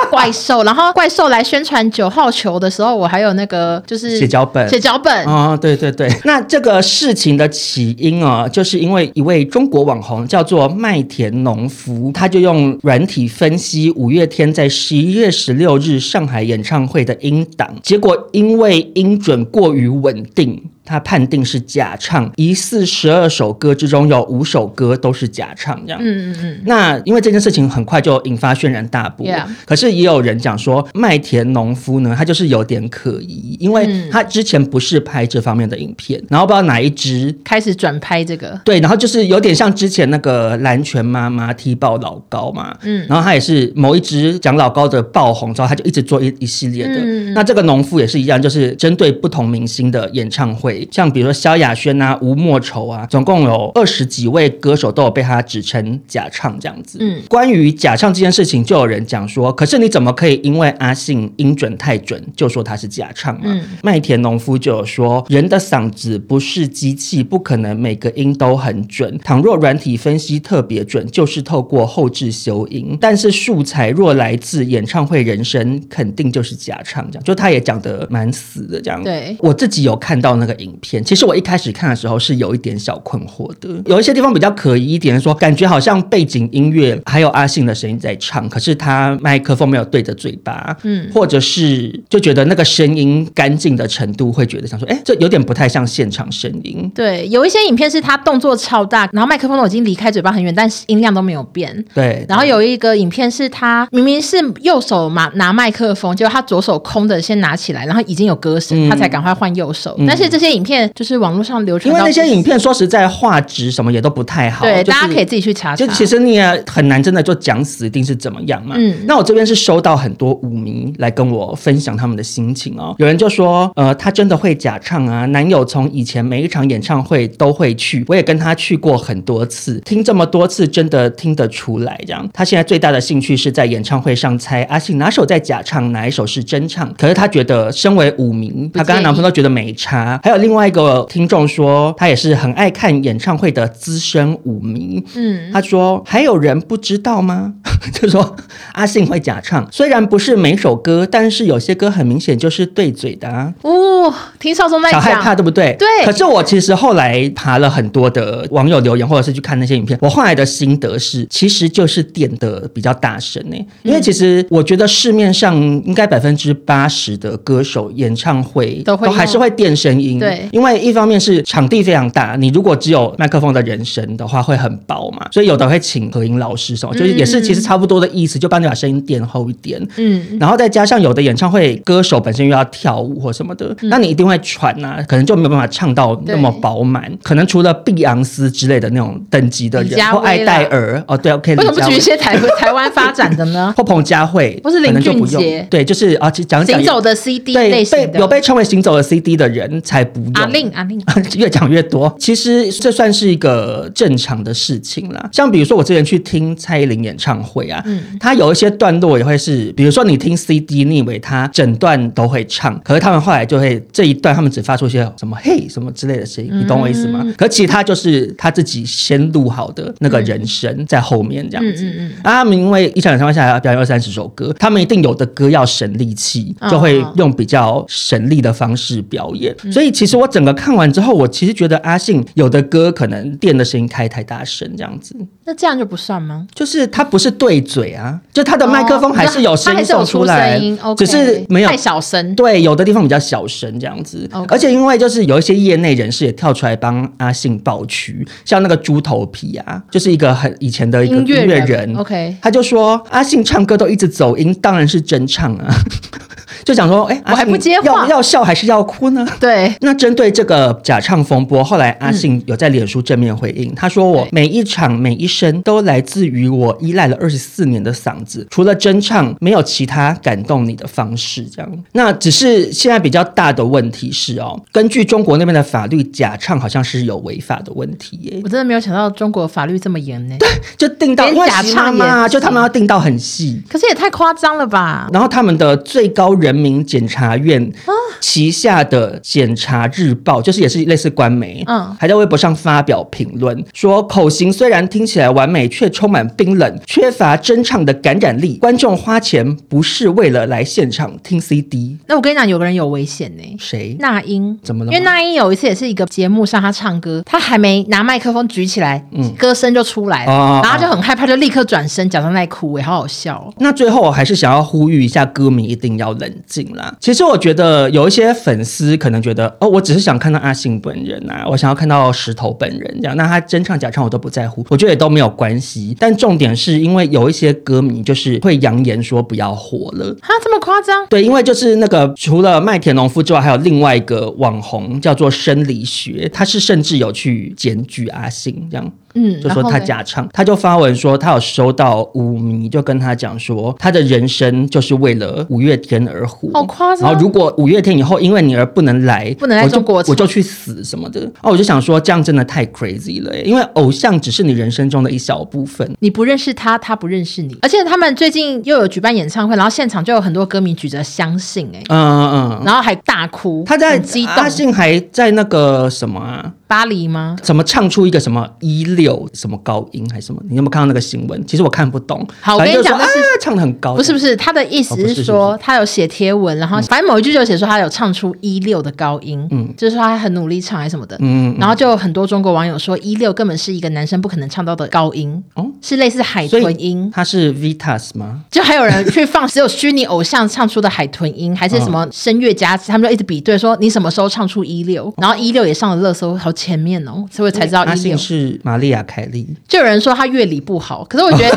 Speaker 3: 怪兽，然后怪兽来宣传九号球的时候，我还有那个就是
Speaker 2: 写脚本
Speaker 3: 写脚本。
Speaker 2: 哦，对对对，那这个事情的起因啊，就是因为一位中国网红叫做麦田农夫，他就用软体分析五月天在十一月十六日上海演唱会的音档，结果因为音准过于稳定。他判定是假唱，疑似十二首歌之中有五首歌都是假唱，这样。
Speaker 3: 嗯嗯嗯，
Speaker 2: 那因为这件事情很快就引发轩然大波
Speaker 3: Yeah
Speaker 2: 可是也有人讲说，麦田农夫呢，他就是有点可疑，因
Speaker 3: 嗯
Speaker 2: 为他之前不是拍这方面的影片，然后不知道哪一支。
Speaker 3: 开始转拍这个，
Speaker 2: 对，然后就是有点像之前那个蓝拳妈妈踢爆老高嘛，嗯，然后他也是某一支讲老高的爆红之后，他就一直做一一系列的。
Speaker 3: 嗯
Speaker 2: 那这个农夫也是一样，就是针对不同明星的演唱会，像比如说萧亚轩啊、吴莫愁啊，总共有二十几位歌手都有被他指称假唱这样子。
Speaker 3: 嗯
Speaker 2: 关于假唱这件事情，就有人讲说，可是你怎么可以因为阿信音准太准就说他是假唱嘛？麦田农夫就有说，人的嗓子不是机器，不可能每个音都很准。倘若软体分析特别准，就是透过后置修音，但是素材若来自演唱会人声，肯定就是假唱。这样，就他也讲得蛮死的这样。
Speaker 3: 对
Speaker 2: 我自己有看到那个影片，其实我一开始看的时候是有一点小困惑的，有一些地方比较可疑一点，说感觉好像背景音乐还有阿信的声音在唱，可是他麦克风没有对着嘴巴，嗯，或者是就觉得那个声音干净的程度，会觉得想说，哎，这有点不太像现场声音。
Speaker 3: 对，有一些影片是他动作超大，然后麦克风都已经离开嘴巴很远，但是音量都没有变。
Speaker 2: 对，
Speaker 3: 然后有一个影片是他明明是右手嘛拿麦克风，结果他左手空的先拿起来，然后已经有歌声，
Speaker 2: 嗯
Speaker 3: 他才赶快换右手。但是这些影片就是网络上流传
Speaker 2: 因为
Speaker 3: 到不
Speaker 2: 那
Speaker 3: 行，
Speaker 2: 些影片说实在，画质什么也都不太好，
Speaker 3: 对、
Speaker 2: 就是
Speaker 3: 大家可以自己去查查。
Speaker 2: 就其实你也很难真的就讲死一定是怎么样嘛。
Speaker 3: 嗯
Speaker 2: 那我这边是收到很多舞迷来跟我分享他们的心情哦。有人就说，呃，他真的会假唱啊，男友从以前每一场演唱会都会去，我也跟他去过很多次，听这么多次真的听得出来。这样，他现在最大的兴趣是在演唱会上猜阿信哪首在假唱，哪一首是真唱。可是他觉得身为舞迷，
Speaker 3: 不
Speaker 2: 他跟他
Speaker 3: 介
Speaker 2: 男
Speaker 3: 意
Speaker 2: 朋友都觉得没差。还有另外一个听众说，他也是很爱看演唱会的资深舞迷，
Speaker 3: 嗯，
Speaker 2: 他说：“还有人不知道吗？” *laughs* 就说阿信会假唱，虽然不是每首歌，但是有些歌很明显就是对嘴的啊。
Speaker 3: 哦，听少宗在
Speaker 2: 小
Speaker 3: 讲，
Speaker 2: 害怕，对不对？
Speaker 3: 对
Speaker 2: 可是我其实后来爬了很多的网友留言，或者是去看那些影片，我后来的心得是，其实就是电的比较大声呢、
Speaker 3: 嗯
Speaker 2: 因为其实我觉得市面上应该百分之八十的歌手演唱会
Speaker 3: 都会
Speaker 2: 还是会电声音。
Speaker 3: 对
Speaker 2: 因为一方面是场地非常大，你如果只有麦克风的人声的话，会很薄嘛，所以有的会请合音老师什么，就是也是其实差不多的意思，就帮你把声音垫厚一点。
Speaker 3: 嗯，
Speaker 2: 然后再加上有的演唱会歌手本身又要跳舞或什么的，
Speaker 3: 嗯
Speaker 2: 那你一定会喘啊，可能就没有办法唱到那么饱满。可能除了碧昂斯之类的那种等级的
Speaker 3: 李
Speaker 2: 人，
Speaker 3: 佳
Speaker 2: 或
Speaker 3: 薇
Speaker 2: 艾戴
Speaker 3: 啦
Speaker 2: 尔，哦对，OK，
Speaker 3: 为什么
Speaker 2: 李
Speaker 3: 不
Speaker 2: 佳
Speaker 3: 举一
Speaker 2: 薇 *laughs*
Speaker 3: 些台台湾发展的呢？
Speaker 2: 或彭佳慧，
Speaker 3: 或是林
Speaker 2: 可能就
Speaker 3: 俊
Speaker 2: 不用
Speaker 3: 杰
Speaker 2: 对，就是啊，其实讲讲
Speaker 3: 行
Speaker 2: 也
Speaker 3: 走的 CD 类
Speaker 2: 对
Speaker 3: 型啊
Speaker 2: 被
Speaker 3: 的，
Speaker 2: 有被称为行走的 CD 的人才不用。
Speaker 3: 阿令阿令，
Speaker 2: *laughs* 越讲越多，其实这算是一个正常的事情啦。像比如说我之前去听蔡依林演唱会啊，
Speaker 3: 嗯
Speaker 2: 她有一些段落也会是，比如说你听 CD，你以为她整段都会唱，可是他们后来就会这一段他们只发出一些什么嘿什么之类的声音，你懂我意思
Speaker 3: 嗯
Speaker 2: 吗？可其他就是他自己先录好的那个人声在后面这样子。
Speaker 3: 嗯
Speaker 2: 啊他们因为一场演唱会下来要表演二三十首歌，他们一定有的歌要省力气，
Speaker 3: 嗯
Speaker 2: 就会用比较省力的方式表演。所以其其实我整个看完之后，我其实觉得阿信有的歌可能电的声音开太大声，这样子，
Speaker 3: 那这样就不算吗？
Speaker 2: 就是他不是对嘴啊，就他的麦克风
Speaker 3: 哦
Speaker 2: 还是有声
Speaker 3: 它还
Speaker 2: 音
Speaker 3: 是有
Speaker 2: 送
Speaker 3: 出
Speaker 2: 来，
Speaker 3: 声音，OK，
Speaker 2: 只是没有
Speaker 3: 太小声。
Speaker 2: 对，有的地方比较小声这样子
Speaker 3: OK
Speaker 2: 而且因为就是有一些业内人士也跳出来帮阿信抱屈，像那个猪头皮啊，就是一个很以前的一个音乐
Speaker 3: 人
Speaker 2: 人，
Speaker 3: ，OK，
Speaker 2: 他就说阿信唱歌都一直走音，当然是真唱啊， *laughs* 就想说，哎、
Speaker 3: 我还
Speaker 2: 阿信
Speaker 3: 不接话
Speaker 2: 要要笑还是要哭呢？
Speaker 3: 对，
Speaker 2: 那针对这个假唱风波，后来阿信有在脸书正面回应，他说：“我
Speaker 3: 对
Speaker 2: 每一场每一声都来自于我依赖了二十四年的嗓子，除了真唱，没有其他感动你的方式。”这样，那只是现在比较大的问题是哦，根据中国那边的法律，假唱好像是有违法的问题耶，
Speaker 3: 我真的没有想到中国法律这么严呢。
Speaker 2: 就定到
Speaker 3: 连
Speaker 2: 因为
Speaker 3: 假
Speaker 2: 习
Speaker 3: 唱
Speaker 2: 妈妈
Speaker 3: 也
Speaker 2: 就他们要定到很细。
Speaker 3: 可是也太夸张了吧？
Speaker 2: 然后他们的最高人民检察院旗下的《检察日报》，就是也是类似官媒，
Speaker 3: 嗯
Speaker 2: 还在微博上发表评论说，口型虽然听起来完美，却充满冰冷，缺乏真唱的感染力。观众花钱不是为了来现场听 CD，
Speaker 3: 那我跟你讲，有个人有危险呢。
Speaker 2: 谁？
Speaker 3: 那英
Speaker 2: 怎么了
Speaker 3: 因为那英有一次也是一个节目上，她唱歌，她还没拿麦克风举起来，
Speaker 2: 嗯
Speaker 3: 歌声就出来了，
Speaker 2: 哦哦
Speaker 3: 然后她就很害怕，就立刻转身，假装在哭，哎，好好笑哦。
Speaker 2: 那最后我还是想要呼吁一下歌迷，一定要冷静啦。其实我觉得有一些粉丝可能觉得，哦，我只是想看到阿信本人啊，我想要看到石头本人这样。那他真唱假唱我都不在乎，我觉得也都没有关系。但重点是因为有一些歌迷就是会扬言说不要火了。
Speaker 3: 哈，这么夸张？
Speaker 2: 对，因为就是那个除了麦田农夫之外，还有另外一个网红叫做生理学，他是甚至有去检举阿信这样。
Speaker 3: 嗯，
Speaker 2: 就
Speaker 3: 然
Speaker 2: 说
Speaker 3: 后
Speaker 2: 他
Speaker 3: 呢
Speaker 2: 假唱，他就发文说他有收到舞迷就跟他讲说，他的人生就是为了五月天而活，
Speaker 3: 好夸
Speaker 2: 然
Speaker 3: 张
Speaker 2: 后如果五月天以后因为你而不能来，
Speaker 3: 不能来
Speaker 2: 我就
Speaker 3: 中国
Speaker 2: 我就去死什么的。哦，我就想说这样真的太 crazy 了耶，因为偶像只是你人生中的一小部分。
Speaker 3: 你不认识他，他不认识你，而且他们最近又有举办演唱会，然后现场就有很多歌迷举着相信、哎、
Speaker 2: 嗯嗯嗯，
Speaker 3: 然后还大哭，
Speaker 2: 他在
Speaker 3: 很激动
Speaker 2: 阿，信还在那个什么啊，
Speaker 3: 巴黎吗？
Speaker 2: 怎么唱出一个什么一六什么高音还是什么？你有没有看到那个新闻？其实我看不懂。
Speaker 3: 好我
Speaker 2: 反
Speaker 3: 跟
Speaker 2: 正
Speaker 3: 你
Speaker 2: 就
Speaker 3: 讲
Speaker 2: 说啊
Speaker 3: 但是，
Speaker 2: 唱的很高，
Speaker 3: 不是不是，他的意思
Speaker 2: 哦不是嗯
Speaker 3: 是
Speaker 2: 是
Speaker 3: 说、他有写贴文，然后反正某一句就写说他有唱出一六的高音，嗯，就是说他很努力唱还是什么的，
Speaker 2: 嗯，嗯嗯
Speaker 3: 然后就有很多中国网友说一六根本是一个男生不可能唱到的高音，
Speaker 2: 哦
Speaker 3: 是类似海
Speaker 2: 所以
Speaker 3: 豚音。
Speaker 2: 他是 Vitas 吗？
Speaker 3: 就还有人去放只有虚拟偶像唱出的海豚音，还是什
Speaker 2: 嗯
Speaker 3: 么声乐家，他们就一直比对说你什么时候唱出一六，然后一六也上了热搜，好前面哦，所以我才知道
Speaker 2: 哦哎阿
Speaker 3: 一六
Speaker 2: 信。是玛丽亚凯莉，
Speaker 3: 就有人说他乐理不好，可是我觉
Speaker 2: *laughs*
Speaker 3: 得，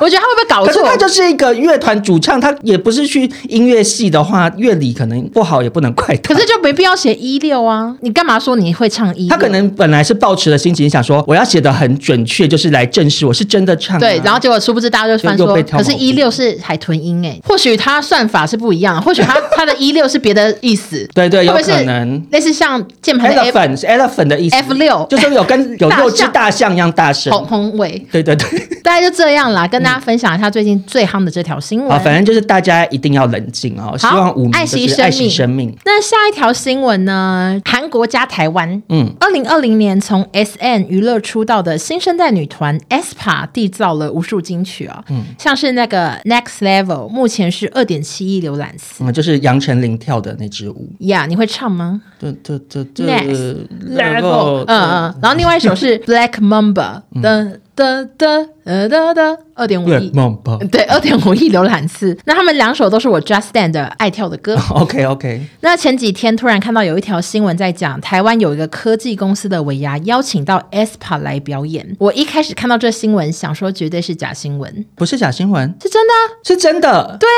Speaker 3: 我觉得他会不会搞
Speaker 2: 可是
Speaker 3: 哦错？
Speaker 2: 他就是一个乐团主唱，他也不是去音乐系的话，乐理可能不好也不能怪他。
Speaker 3: 可是就没必要写一六啊，你干嘛说你会唱一？
Speaker 2: 他可能本来是抱持的心情，想说我要写的很准确，就是来证实我是真的唱啊、
Speaker 3: 对，然后结果殊不知大家就翻说
Speaker 2: 又又，被挑
Speaker 3: 可
Speaker 2: 毛
Speaker 3: 是
Speaker 2: 病
Speaker 3: 一六是海豚音哎、或许他算法是不一样，或许他 *laughs* 他的一六是别的意思，
Speaker 2: 对对，
Speaker 3: 会
Speaker 2: 有
Speaker 3: 不会是
Speaker 2: 可能。哎
Speaker 3: 类似像键盘的 F
Speaker 2: elephant 是 elephant 的意思
Speaker 3: F6
Speaker 2: 就是有跟有
Speaker 3: *laughs* 大象
Speaker 2: 六只大象一样大声。
Speaker 3: 红红尾，
Speaker 2: 对对对，
Speaker 3: 大概就这样啦，跟大家分享一下最近最夯的这条新闻。
Speaker 2: 嗯好，反正就是大家一定要冷静哦，希望五迷
Speaker 3: 爱
Speaker 2: 就
Speaker 3: 惜
Speaker 2: 是
Speaker 3: 生
Speaker 2: 爱惜
Speaker 3: 命
Speaker 2: 生命。
Speaker 3: 那下一条新闻呢？韩国加台湾，
Speaker 2: 嗯，
Speaker 3: 二零二零年从 S N 娱乐出道的新生代女团 aespa 缔造了无数金曲啊、嗯，像是那个 Next Level，目前是二点七亿浏览次。
Speaker 2: 嗯，就是杨丞琳跳的那支舞。
Speaker 3: 呀你会唱吗
Speaker 2: 对对对对
Speaker 3: Next
Speaker 2: ，level，
Speaker 3: 嗯嗯，然后另外一首 *laughs* 是 Black Mamba，的的的呃的的二点五
Speaker 2: 对
Speaker 3: 亿，
Speaker 2: 梦 *laughs* 吧。
Speaker 3: 对，二点五亿浏览次。那他们两首都是我 Just Stand 的爱跳的歌。
Speaker 2: OK OK，
Speaker 3: 那前几天突然看到有一条新闻在讲，台湾有一个科技公司的尾牙邀请到 aespa 来表演。我一开始看到这新闻，想说绝对是假新闻，
Speaker 2: 不是假新闻，
Speaker 3: 是真的、啊？
Speaker 2: 是真的。对，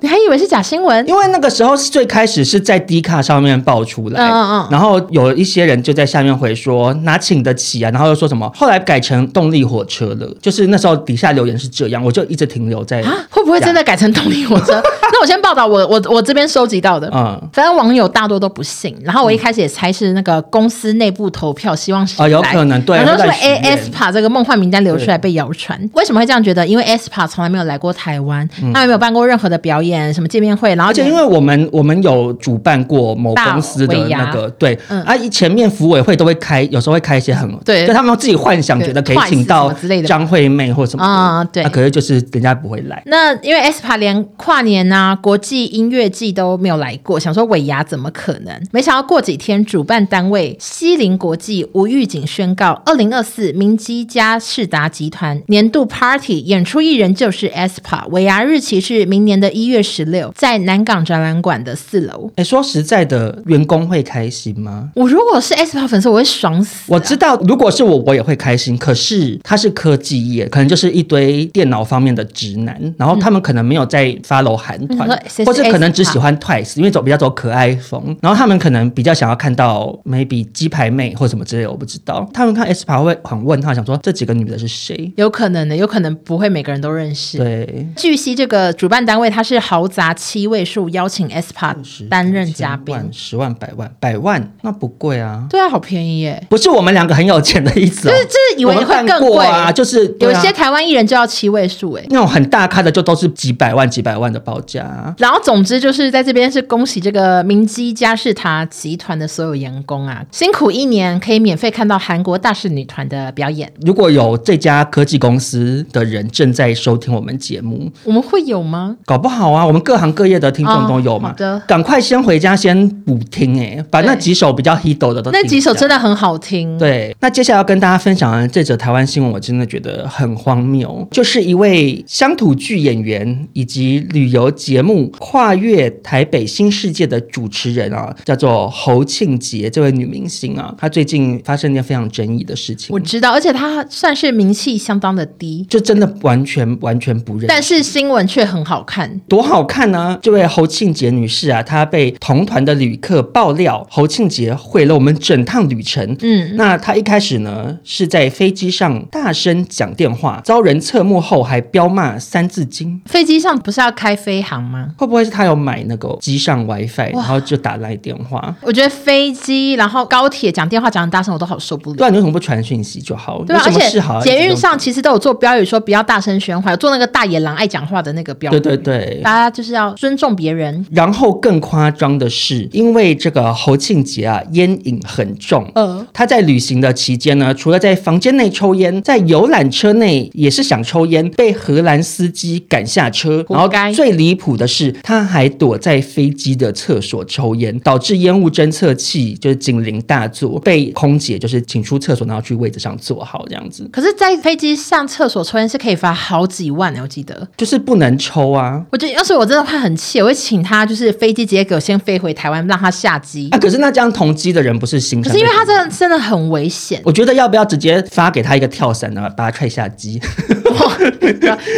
Speaker 3: 你还以为是假新闻？
Speaker 2: 因为那个时候是最开始是在 D 卡上面爆出来，
Speaker 3: 嗯嗯嗯
Speaker 2: 然后有一些人就在下面回说哪请得起啊，然后又说什么后来改成动力火车了，就是那时候底下留言是这样，我就一直停留在
Speaker 3: 啊，会不会真的改成动力火车？ *laughs* 那我先报道我我我这边收集到的。
Speaker 2: 嗯。
Speaker 3: 反正网友大多都不信，然后我一开始也猜是那个公司内部投票，希望是
Speaker 2: 啊有
Speaker 3: 来
Speaker 2: 可能对
Speaker 3: 然后
Speaker 2: 会
Speaker 3: 说哎
Speaker 2: 乱许
Speaker 3: A
Speaker 2: 愿
Speaker 3: SPA 这个梦幻名单流出来被谣传，为什么会这样觉得？因为 SPA 从来没有来过台湾，他们没有办过任何的表演，什么见面会，然
Speaker 2: 嗯
Speaker 3: 后
Speaker 2: 而且因为我们我们有主办过某公司的
Speaker 3: 大尾牙
Speaker 2: 那个对，
Speaker 3: 嗯
Speaker 2: 啊，前面服委会都会开，有时候会开一些很
Speaker 3: 对
Speaker 2: 就他们自己幻想
Speaker 3: 对
Speaker 2: 觉得可以
Speaker 3: Twice
Speaker 2: 请
Speaker 3: 什
Speaker 2: 到
Speaker 3: 么之类的吧
Speaker 2: 张惠妹或什么的
Speaker 3: 啊对
Speaker 2: 啊可是就是人家不会来，
Speaker 3: 那因为 SPA 连跨年啊、啊、国际音乐季都没有来过，想说尾牙怎么可能？没想到过几天，主办单位西林国际无预警宣告，二零二四明基加士达集团年度 Party 演出艺人就是 SPA，尾牙日期是明年的一月十六，在南港展览馆的四楼。
Speaker 2: 哎，说实在的，员工会开心吗？
Speaker 3: 我如果是 SPA 粉丝，我会爽死、啊
Speaker 2: 我知道，如果是我，我也会开心。可是他是科技业，可能就是一堆电脑方面的直男，然后他们可能没有在 follow 韩团，
Speaker 3: 嗯说
Speaker 2: 或者
Speaker 3: SS
Speaker 2: 可能只喜
Speaker 3: 啊
Speaker 2: 欢 Twice，因为走比较走可爱风。然后他们可能比较想要看到 maybe 鸡排妹或什么之类的，我不知道。他们看 S 牌会很问他，想说这几个女的是谁？
Speaker 3: 有可能的，有可能不会每个人都认识。
Speaker 2: 对，
Speaker 3: 据悉，这个主办单位它是豪砸七位数邀请 SPA 担任嘉宾
Speaker 2: 千，万、十万、百万、百万，那不贵啊。
Speaker 3: 对啊，好便宜耶！
Speaker 2: 不是我们两个很有钱的意思、哦，
Speaker 3: 就是就是以为
Speaker 2: 我们
Speaker 3: 会
Speaker 2: 办
Speaker 3: 更
Speaker 2: 过
Speaker 3: 贵
Speaker 2: 啊，就是、对
Speaker 3: 有
Speaker 2: 啊
Speaker 3: 些台湾艺人就要七位数哎。
Speaker 2: 那种很大咖的就都是几百万、几百万的报价啊。
Speaker 3: 然后，总之就是在这边是恭喜这个明基嘉士达集团的所有员工啊，辛苦一年可以免费看到韩国大势女团的表演。
Speaker 2: 如果有这家科技公司的人正在收听我们节目，
Speaker 3: 我们会有吗？
Speaker 2: 搞不好啊，我们各行各业的听众都有
Speaker 3: 哦
Speaker 2: 嘛
Speaker 3: 好。的
Speaker 2: 赶快先回家先补听哎、把
Speaker 3: 对
Speaker 2: 那几首比较 hit 的都
Speaker 3: 那几首
Speaker 2: 的。
Speaker 3: 真的很好听。
Speaker 2: 对，嗯那接下来要跟大家分享的这则台湾新闻，我真的觉得很荒谬，就是一位乡土剧演员以及旅游节目《跨越台北新世界》的主持人啊，叫做侯庆杰这位女明星啊，她最近发生一件非常争议的事情
Speaker 3: 我，知道，而且它算是名气相当的低，
Speaker 2: 就真的完全完全不认识
Speaker 3: 但是新闻却很好看。
Speaker 2: 多好看呢、这位侯庆杰女士啊，她被同团的旅客爆料，侯庆杰毁了我们整趟旅程。
Speaker 3: 嗯，
Speaker 2: 那她一开始呢是在飞机上大声讲电话，遭人侧目后还彪骂《三字经》。
Speaker 3: 飞机上不是要开飞航吗？
Speaker 2: 会不会是她有买那个机上 WiFi，然
Speaker 3: 哇
Speaker 2: 后就打来电话？
Speaker 3: 我觉得飞机，然后高铁讲电话讲很大声，我都好受不
Speaker 2: 对
Speaker 3: 了。
Speaker 2: 啊，你为什么不传讯息就好？
Speaker 3: 对啊，
Speaker 2: 有什
Speaker 3: 而
Speaker 2: 么事
Speaker 3: 且
Speaker 2: 好像一直
Speaker 3: 捷运
Speaker 2: 都
Speaker 3: 上其实都有做标语说不要大声喧哗，有做那个大野狼爱讲话的那个标语。
Speaker 2: 对对对，
Speaker 3: 大家就是要尊重别人。
Speaker 2: 然后更夸张的是，因为这个侯庆杰啊烟瘾很重，
Speaker 3: 嗯
Speaker 2: 他在旅行的期间呢，除了在房间内抽烟，在游览车内也是想抽烟，被荷兰司机赶下车。
Speaker 3: 活
Speaker 2: 然后
Speaker 3: 该
Speaker 2: 最离谱的是，他还躲在飞机的厕所抽烟，导致烟雾侦测器就是警铃大作，被空姐就是请出厕所，然后去位置上坐好这样子，
Speaker 3: 可是，在飞机上厕所抽烟是可以罚好几万的，我记得。
Speaker 2: 就是不能抽啊。
Speaker 3: 我觉得要是我真的会很气，我会请他就是飞机直接给我先飞回台湾，让他下机
Speaker 2: 啊，。可是那这样同机的人不是心
Speaker 3: 可
Speaker 2: 伤？
Speaker 3: 是因为他真的真的很危险，
Speaker 2: 我觉得要不要直接发给他一个跳伞呢，把他踹下
Speaker 3: *laughs*
Speaker 2: 机？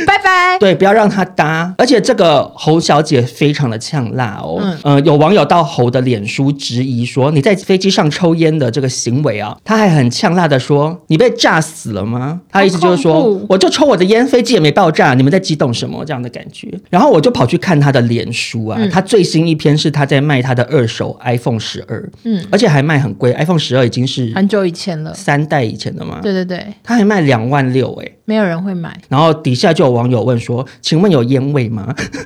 Speaker 3: 拜拜。
Speaker 2: 对，不要让他搭。而且这个侯小姐非常的呛辣哦，
Speaker 3: 嗯
Speaker 2: 呃，有网友到侯的脸书质疑说，你在飞机上抽烟的这个行为啊，他还很呛辣的说，你被炸死了吗？他的意思就是
Speaker 3: 好
Speaker 2: 说
Speaker 3: 恐怖，
Speaker 2: 我就抽我的烟，飞机也没爆炸，你们在激动什么这样的感觉？然后我就跑去看他的脸书
Speaker 3: 嗯
Speaker 2: 啊，他最新一篇是他在卖他的二手 iPhone 十二，嗯，而且还卖很贵，iPhone 十二已经是啊
Speaker 3: 很久以前了，
Speaker 2: 三代以前的嘛，
Speaker 3: 对对对，
Speaker 2: 他还卖两万六哎。
Speaker 3: 没有人会买。
Speaker 2: 然后底下就有网友问说：“请问有烟味吗？” *laughs*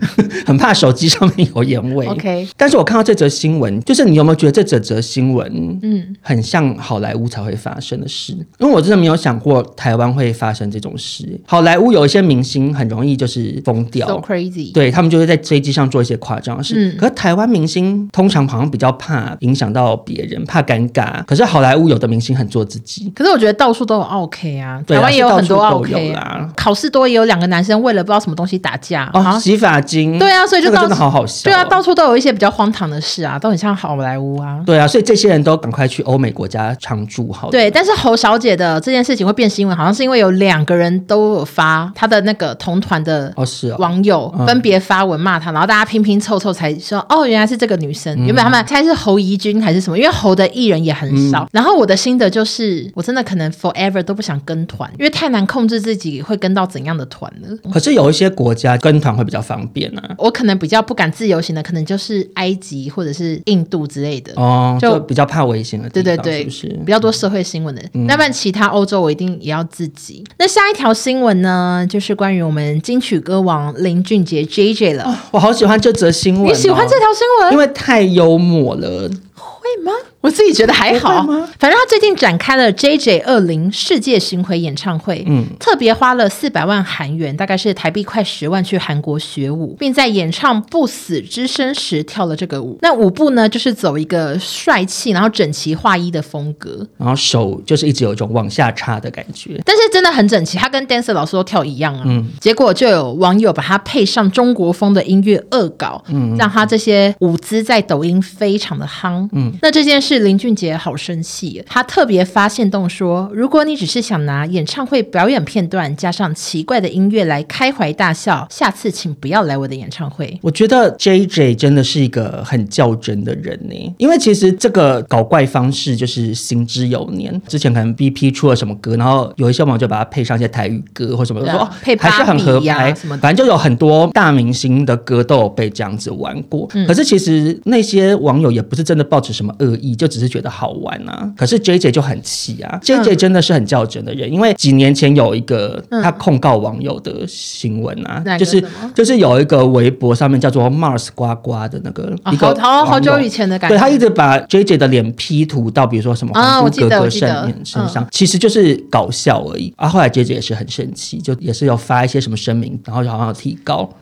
Speaker 2: 很怕手机上面有烟味。
Speaker 3: OK，
Speaker 2: 但是我看到这则新闻，就是你有没有觉得这整则新闻
Speaker 3: 嗯，
Speaker 2: 很像好莱坞才会发生的事？因为我真的没有想过台湾会发生这种事。好莱坞有一些明星很容易就是疯
Speaker 3: so
Speaker 2: 掉。
Speaker 3: crazy。
Speaker 2: 对他们就会在飞机上做一些夸张的事，
Speaker 3: 嗯
Speaker 2: 可是台湾明星通常好像比较怕影响到别人，怕尴尬。可是好莱坞有的明星很做自己，
Speaker 3: 可是我觉得到处都有 OK 啊，
Speaker 2: 对啊
Speaker 3: 台湾也有很多
Speaker 2: 是到处都有
Speaker 3: OK
Speaker 2: 啦
Speaker 3: 啊。考试多也有两个男生为了不知道什么东西打架，
Speaker 2: 哦，
Speaker 3: 啊好
Speaker 2: 洗发精，
Speaker 3: 对啊所以就
Speaker 2: 这个
Speaker 3: 到
Speaker 2: 真的好好笑哦、
Speaker 3: 对啊，到处都有一些比较荒唐的事啊，都很像好莱坞啊。
Speaker 2: 对啊，所以这些人都赶快去欧美国家常住好了。
Speaker 3: 对，但是侯小姐的这件事情会变新闻，好像是因为有两个人都有发她的那个同团的
Speaker 2: 哦是哦，
Speaker 3: 网友
Speaker 2: 嗯
Speaker 3: 分别发文骂她，然后大家拼拼凑凑才说，哦，原来是这个女
Speaker 2: 嗯
Speaker 3: 生。原本他们猜是侯怡君还是什么，因为侯的艺人也很
Speaker 2: 嗯
Speaker 3: 少。然后我的心得就是，我真的可能 forever 都不想跟团，因为太难控制自己会跟到怎样的团了。
Speaker 2: 可是有一些国家跟团会比较方便啊。
Speaker 3: 我可能比较不敢自由行的，可能就是埃及或者是印度之类的。
Speaker 2: 哦，就
Speaker 3: 就
Speaker 2: 比较怕危险的地
Speaker 3: 对
Speaker 2: 方，
Speaker 3: 对对，
Speaker 2: 是嗯不是？
Speaker 3: 比较多社会新闻的，那不然其他欧洲我一定也要自己。那下一条新闻呢，就是关于我们金曲歌王林俊杰 J J
Speaker 2: 哦
Speaker 3: 了。
Speaker 2: 我好喜欢这则新闻、哦
Speaker 3: 你喜欢这？条新闻
Speaker 2: 因为太幽默了，
Speaker 3: 会吗？
Speaker 2: 我
Speaker 3: 我自己觉得还好
Speaker 2: 不会吗。
Speaker 3: 反正他最近展开了 JJ 二零世界巡回演唱会，嗯，特别花了四百万韩元，大概是台币快十万去韩国学舞，并在演唱《不死之身》时跳了这个舞。那舞步呢，就是走一个帅气然后整齐划一的风格，
Speaker 2: 然后手就是一直有一种往下插的感觉。
Speaker 3: 但是真的很整齐，他跟 dancer 老师都跳一样啊。结果就有网友把它配上中国风的音乐恶搞，让他这些舞姿在抖音非常的夯。那这件事林俊杰好生气，他特别发现动说，如果你只是想拿演唱会表演片段加上奇怪的音乐来开怀大笑，下次请不要来我的演唱
Speaker 2: *laughs*
Speaker 3: 会。
Speaker 2: 我觉得 J J 真的是一个很较真的人呢，因为其实这个搞怪方式就是行之有年。之前可能 B P 出了什么歌，然后有一些网友就把它配上一些台语歌或什么，
Speaker 3: 对啊
Speaker 2: 说哦
Speaker 3: 配
Speaker 2: 还是很合
Speaker 3: 芭比呀
Speaker 2: 拍，
Speaker 3: 什么的
Speaker 2: 反正就有很多大明星的歌都有被这样子玩过。
Speaker 3: 嗯
Speaker 2: 可是其实那些网友也不是真的抱持什么恶意，就只是觉得好玩啊。可是 J J 就很气
Speaker 3: 嗯
Speaker 2: 啊，J J 真的是很较真的人，因为几年前有一个他控告网友的新闻啊，
Speaker 3: 嗯哪个
Speaker 2: 就是
Speaker 3: 什么
Speaker 2: 就是有一个微博上面叫做 Mars 呱呱的那个
Speaker 3: 啊
Speaker 2: 一个
Speaker 3: 好好好久
Speaker 2: 网友
Speaker 3: 以前的感觉，
Speaker 2: 对他一直把 J J 的脸 P 图到比如说什么
Speaker 3: 啊
Speaker 2: 红
Speaker 3: 我
Speaker 2: 猪
Speaker 3: 记
Speaker 2: 哥
Speaker 3: 得
Speaker 2: 哥
Speaker 3: 我记得
Speaker 2: 上面身
Speaker 3: 嗯
Speaker 2: 上，其实就是搞笑而已。啊，后来 J J 也是很生气，就也是有发一些什么声明，然后就好像有提高。
Speaker 3: 嗯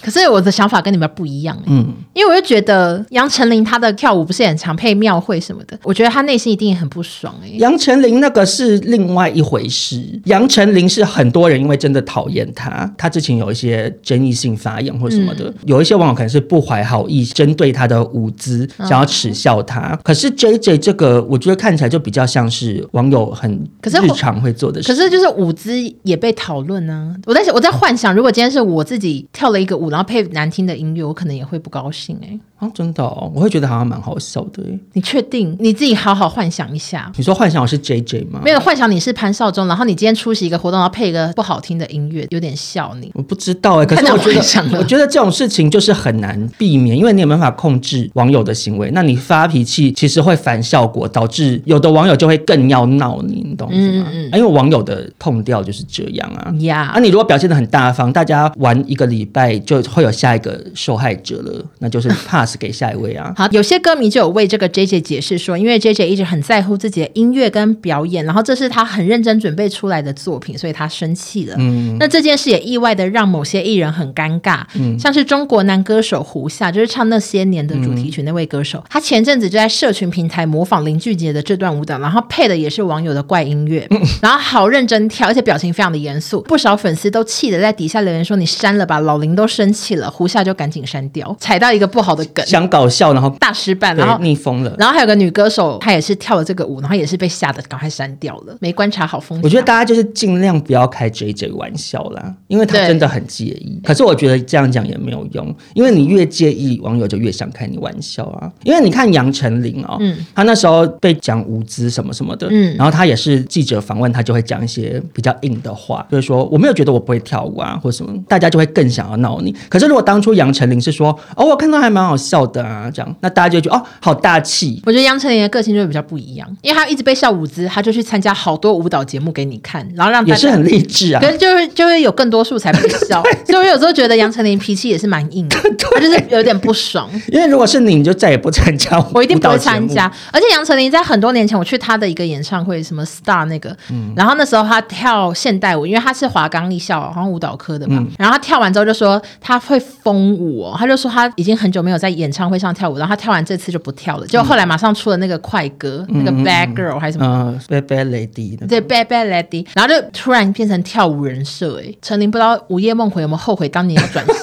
Speaker 3: 可是我的想法跟你们不一样、欸，
Speaker 2: 嗯
Speaker 3: 因为我就觉得杨丞琳她的跳舞不是很常配庙会什么的，我觉得她内心一定也很不爽哎、
Speaker 2: 杨丞琳那个是另外一回事。杨丞琳是很多人因为真的讨厌她，她之前有一些争议性发言或什么
Speaker 3: 嗯
Speaker 2: 的，有一些网友可能是不怀好意，针对她的舞姿，
Speaker 3: 嗯
Speaker 2: 想要耻笑她。可是 J J 这个，我觉得看起来就比较像是网友很
Speaker 3: 可是
Speaker 2: 日常会做的事。
Speaker 3: 可是就是舞姿也被讨论呢、我在想我在幻想，如果今天是我自己跳了一个舞，然后配难听的音乐，我可能也会不高兴哎、
Speaker 2: 啊，真的、哦，我会觉得好像蛮好笑的耶。欸
Speaker 3: 你确定？你自己好好幻想一下。
Speaker 2: 你说幻想我是 J J 吗？
Speaker 3: 没有幻想你是潘少忠，然后你今天出席一个活动，然后配一个不好听的音乐，有点笑你。
Speaker 2: 我不知道哎、可
Speaker 3: 太
Speaker 2: 是
Speaker 3: 难
Speaker 2: 我觉
Speaker 3: 幻想
Speaker 2: 得，
Speaker 3: 了
Speaker 2: 我觉得这种事情就是很难避免，因为你也没办法控制网友的行为。那你发脾气，其实会反效果，导致有的网友就会更要闹你，你懂意思吗？
Speaker 3: 嗯
Speaker 2: 啊因为网友的痛调就是这样啊。
Speaker 3: 呀、
Speaker 2: 啊，你如果表现的很大方，大家玩一个礼拜就会有下一个受害者了，那就是 pass 给下一位
Speaker 3: *laughs*
Speaker 2: 啊。
Speaker 3: 好，有些歌迷就有为这个 J J 解释说，因为 J J 一直很在乎自己的音乐跟表演，然后这是他很认真准备出来的作品，所以他生气了。嗯，那这件事也意外的让某些艺人很尴尬，嗯，像是中国男歌手胡夏，就是唱那些年的主题曲那位歌手，他前阵子就在社群平台模仿林俊杰的这段舞蹈，然后配的也是网友的怪音乐，然后好认真跳，而且表情非常的严肃，不少粉丝都气得在底下留言说：“你删了吧，老林都生气了。”胡夏就赶紧删掉，踩到一个不好的梗。
Speaker 2: 想搞笑，然后
Speaker 3: 大失败，然
Speaker 2: 对
Speaker 3: 后。
Speaker 2: 逆风了。
Speaker 3: 然后还有个女歌手，她也是跳了这个舞，然后也是被吓得赶快删掉了，没观察好风向。
Speaker 2: 我觉得大家就是尽量不要开 J J 玩笑啦，因为他
Speaker 3: 对
Speaker 2: 真的很介意。可是我觉得这样讲也没有用，因为你越介意，网友就越想开你玩笑啊。因为你看杨丞琳哦，她那时候被讲无知什么什么的，
Speaker 3: 嗯
Speaker 2: 然后她也是记者访问，她就会讲一些比较硬的话，就是说我没有觉得我不会跳舞啊，或什么，大家就会更想要闹你。可是如果当初杨丞琳是说哦，我看到还蛮好笑的啊，这样，那大家就会觉得哦，好大气，
Speaker 3: 我觉得杨丞琳的个性就会比较不一样，因为她一直被笑舞姿，她就去参加好多舞蹈节目给你看，然后让
Speaker 2: 也
Speaker 3: 哦大
Speaker 2: 是
Speaker 3: 家。
Speaker 2: 很励志啊。
Speaker 3: 可是就是就会有更多素材被
Speaker 2: *laughs*
Speaker 3: 笑，所以我有时候觉得杨丞琳脾气也是蛮硬的，她就是有点不爽。
Speaker 2: 因为如果是你，你就再也不参加舞蹈节目，
Speaker 3: 我一定不会参加。而且杨丞琳在很多年前，我去她的一个演唱会，什么 Star 那个，
Speaker 2: 嗯
Speaker 3: 然后那时候她跳现代舞，因为她是华冈艺校，好像舞蹈科的嘛。
Speaker 2: 嗯
Speaker 3: 然后她跳完之后就说她会疯舞、哦，她就说她已经很久没有在演唱会上跳舞，然后她跳完这次就不跳
Speaker 2: 嗯
Speaker 3: 了。结果后来马上出了那个快歌，那个 Bad Girl 还是什么。
Speaker 2: 嗯，Bad Bad Lady 那个
Speaker 3: 对，Bad Bad Lady，然后就突然变成跳舞人设哎，陈琳不知道午夜梦回有没有后悔当年要
Speaker 2: *laughs*
Speaker 3: 转型，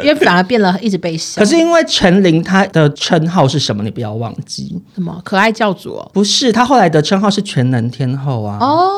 Speaker 3: 因为反而变了一直被笑。
Speaker 2: 可是因为陈琳她的称号是什么？你不要忘记，
Speaker 3: 什么可爱教主哦，
Speaker 2: 不是她后来的称号是全能天后啊。
Speaker 3: 哦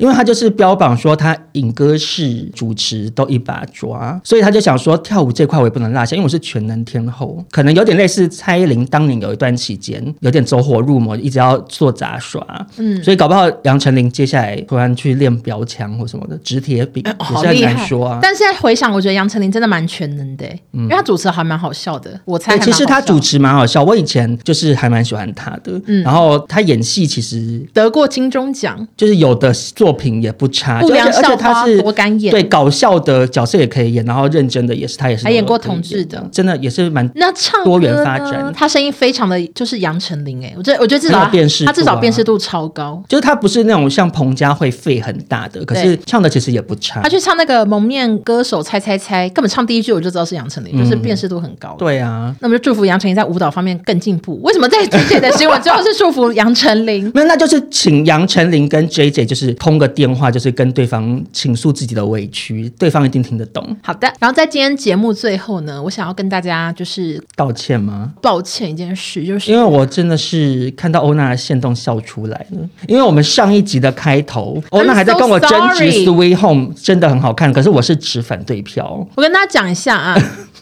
Speaker 2: 因为她就是标榜说她影歌式主持都一把抓，所以她就想说跳舞这块我也不能落下，因为我是全能天后，可能有点类似蔡依林当年有一段期间有点走火入魔，一直要做杂耍，嗯，所以搞不好杨丞琳接下来突然去练标枪或什么的，直铁饼也
Speaker 3: 哎好
Speaker 2: 是很
Speaker 3: 厉
Speaker 2: 难
Speaker 3: 害
Speaker 2: 说啊。
Speaker 3: 但现在回想，我觉得杨丞琳真的蛮全能的、欸因为她主持还蛮好笑的。嗯我猜
Speaker 2: 对，
Speaker 3: 还蛮
Speaker 2: 哎其
Speaker 3: 好笑
Speaker 2: 实她主持蛮好笑，我以前就是还蛮喜欢她的。然后她演戏其实
Speaker 3: 得过金钟奖，
Speaker 2: 就是有的作作品也不差，
Speaker 3: 不
Speaker 2: 就而
Speaker 3: 良
Speaker 2: 且而
Speaker 3: 校
Speaker 2: 且他
Speaker 3: 花
Speaker 2: 是
Speaker 3: 多敢演
Speaker 2: 对搞笑的角色也可以演，然后认真的也是他也是
Speaker 3: 还演过
Speaker 2: 都可以
Speaker 3: 同志的
Speaker 2: 真的也是蛮
Speaker 3: 那唱
Speaker 2: 多元
Speaker 3: 歌
Speaker 2: 发
Speaker 3: 呢
Speaker 2: 展
Speaker 3: 他声音非常的就是杨丞琳哎，我觉得我觉得至
Speaker 2: 很
Speaker 3: 少
Speaker 2: 有
Speaker 3: 他
Speaker 2: 辨识
Speaker 3: 他至
Speaker 2: 度
Speaker 3: 少
Speaker 2: 啊
Speaker 3: 辨识度超高。
Speaker 2: 就是他不是那种像彭佳慧肺很大的，可是唱的其实也不差
Speaker 3: 他。去唱那个蒙面歌手猜猜猜，根本唱第一句我就知道是杨丞琳，就是
Speaker 2: 嗯
Speaker 3: 辨识度很高。。
Speaker 2: 对啊，
Speaker 3: 那么就祝福杨丞琳在舞蹈方面更进步。为什么在 JJ 的新闻最后是祝福杨丞琳？ *laughs*
Speaker 2: 没有，那就是请杨丞琳跟 J J 就是通个电话，就是跟对方倾诉自己的委屈，对方一定听得懂。
Speaker 3: 好的，然后在今天节目最后呢，我想要跟大家就是
Speaker 2: 道歉吗？
Speaker 3: 抱歉一件事，就是
Speaker 2: 因为我真的是看到欧娜的线动笑出来了，因为我们上一集的开头，欧娜还在跟我争
Speaker 3: sorry
Speaker 2: 执《Sweet Home》真的很好看，可是我是持反对票。
Speaker 3: 我跟大家讲一
Speaker 2: *laughs*
Speaker 3: 下啊，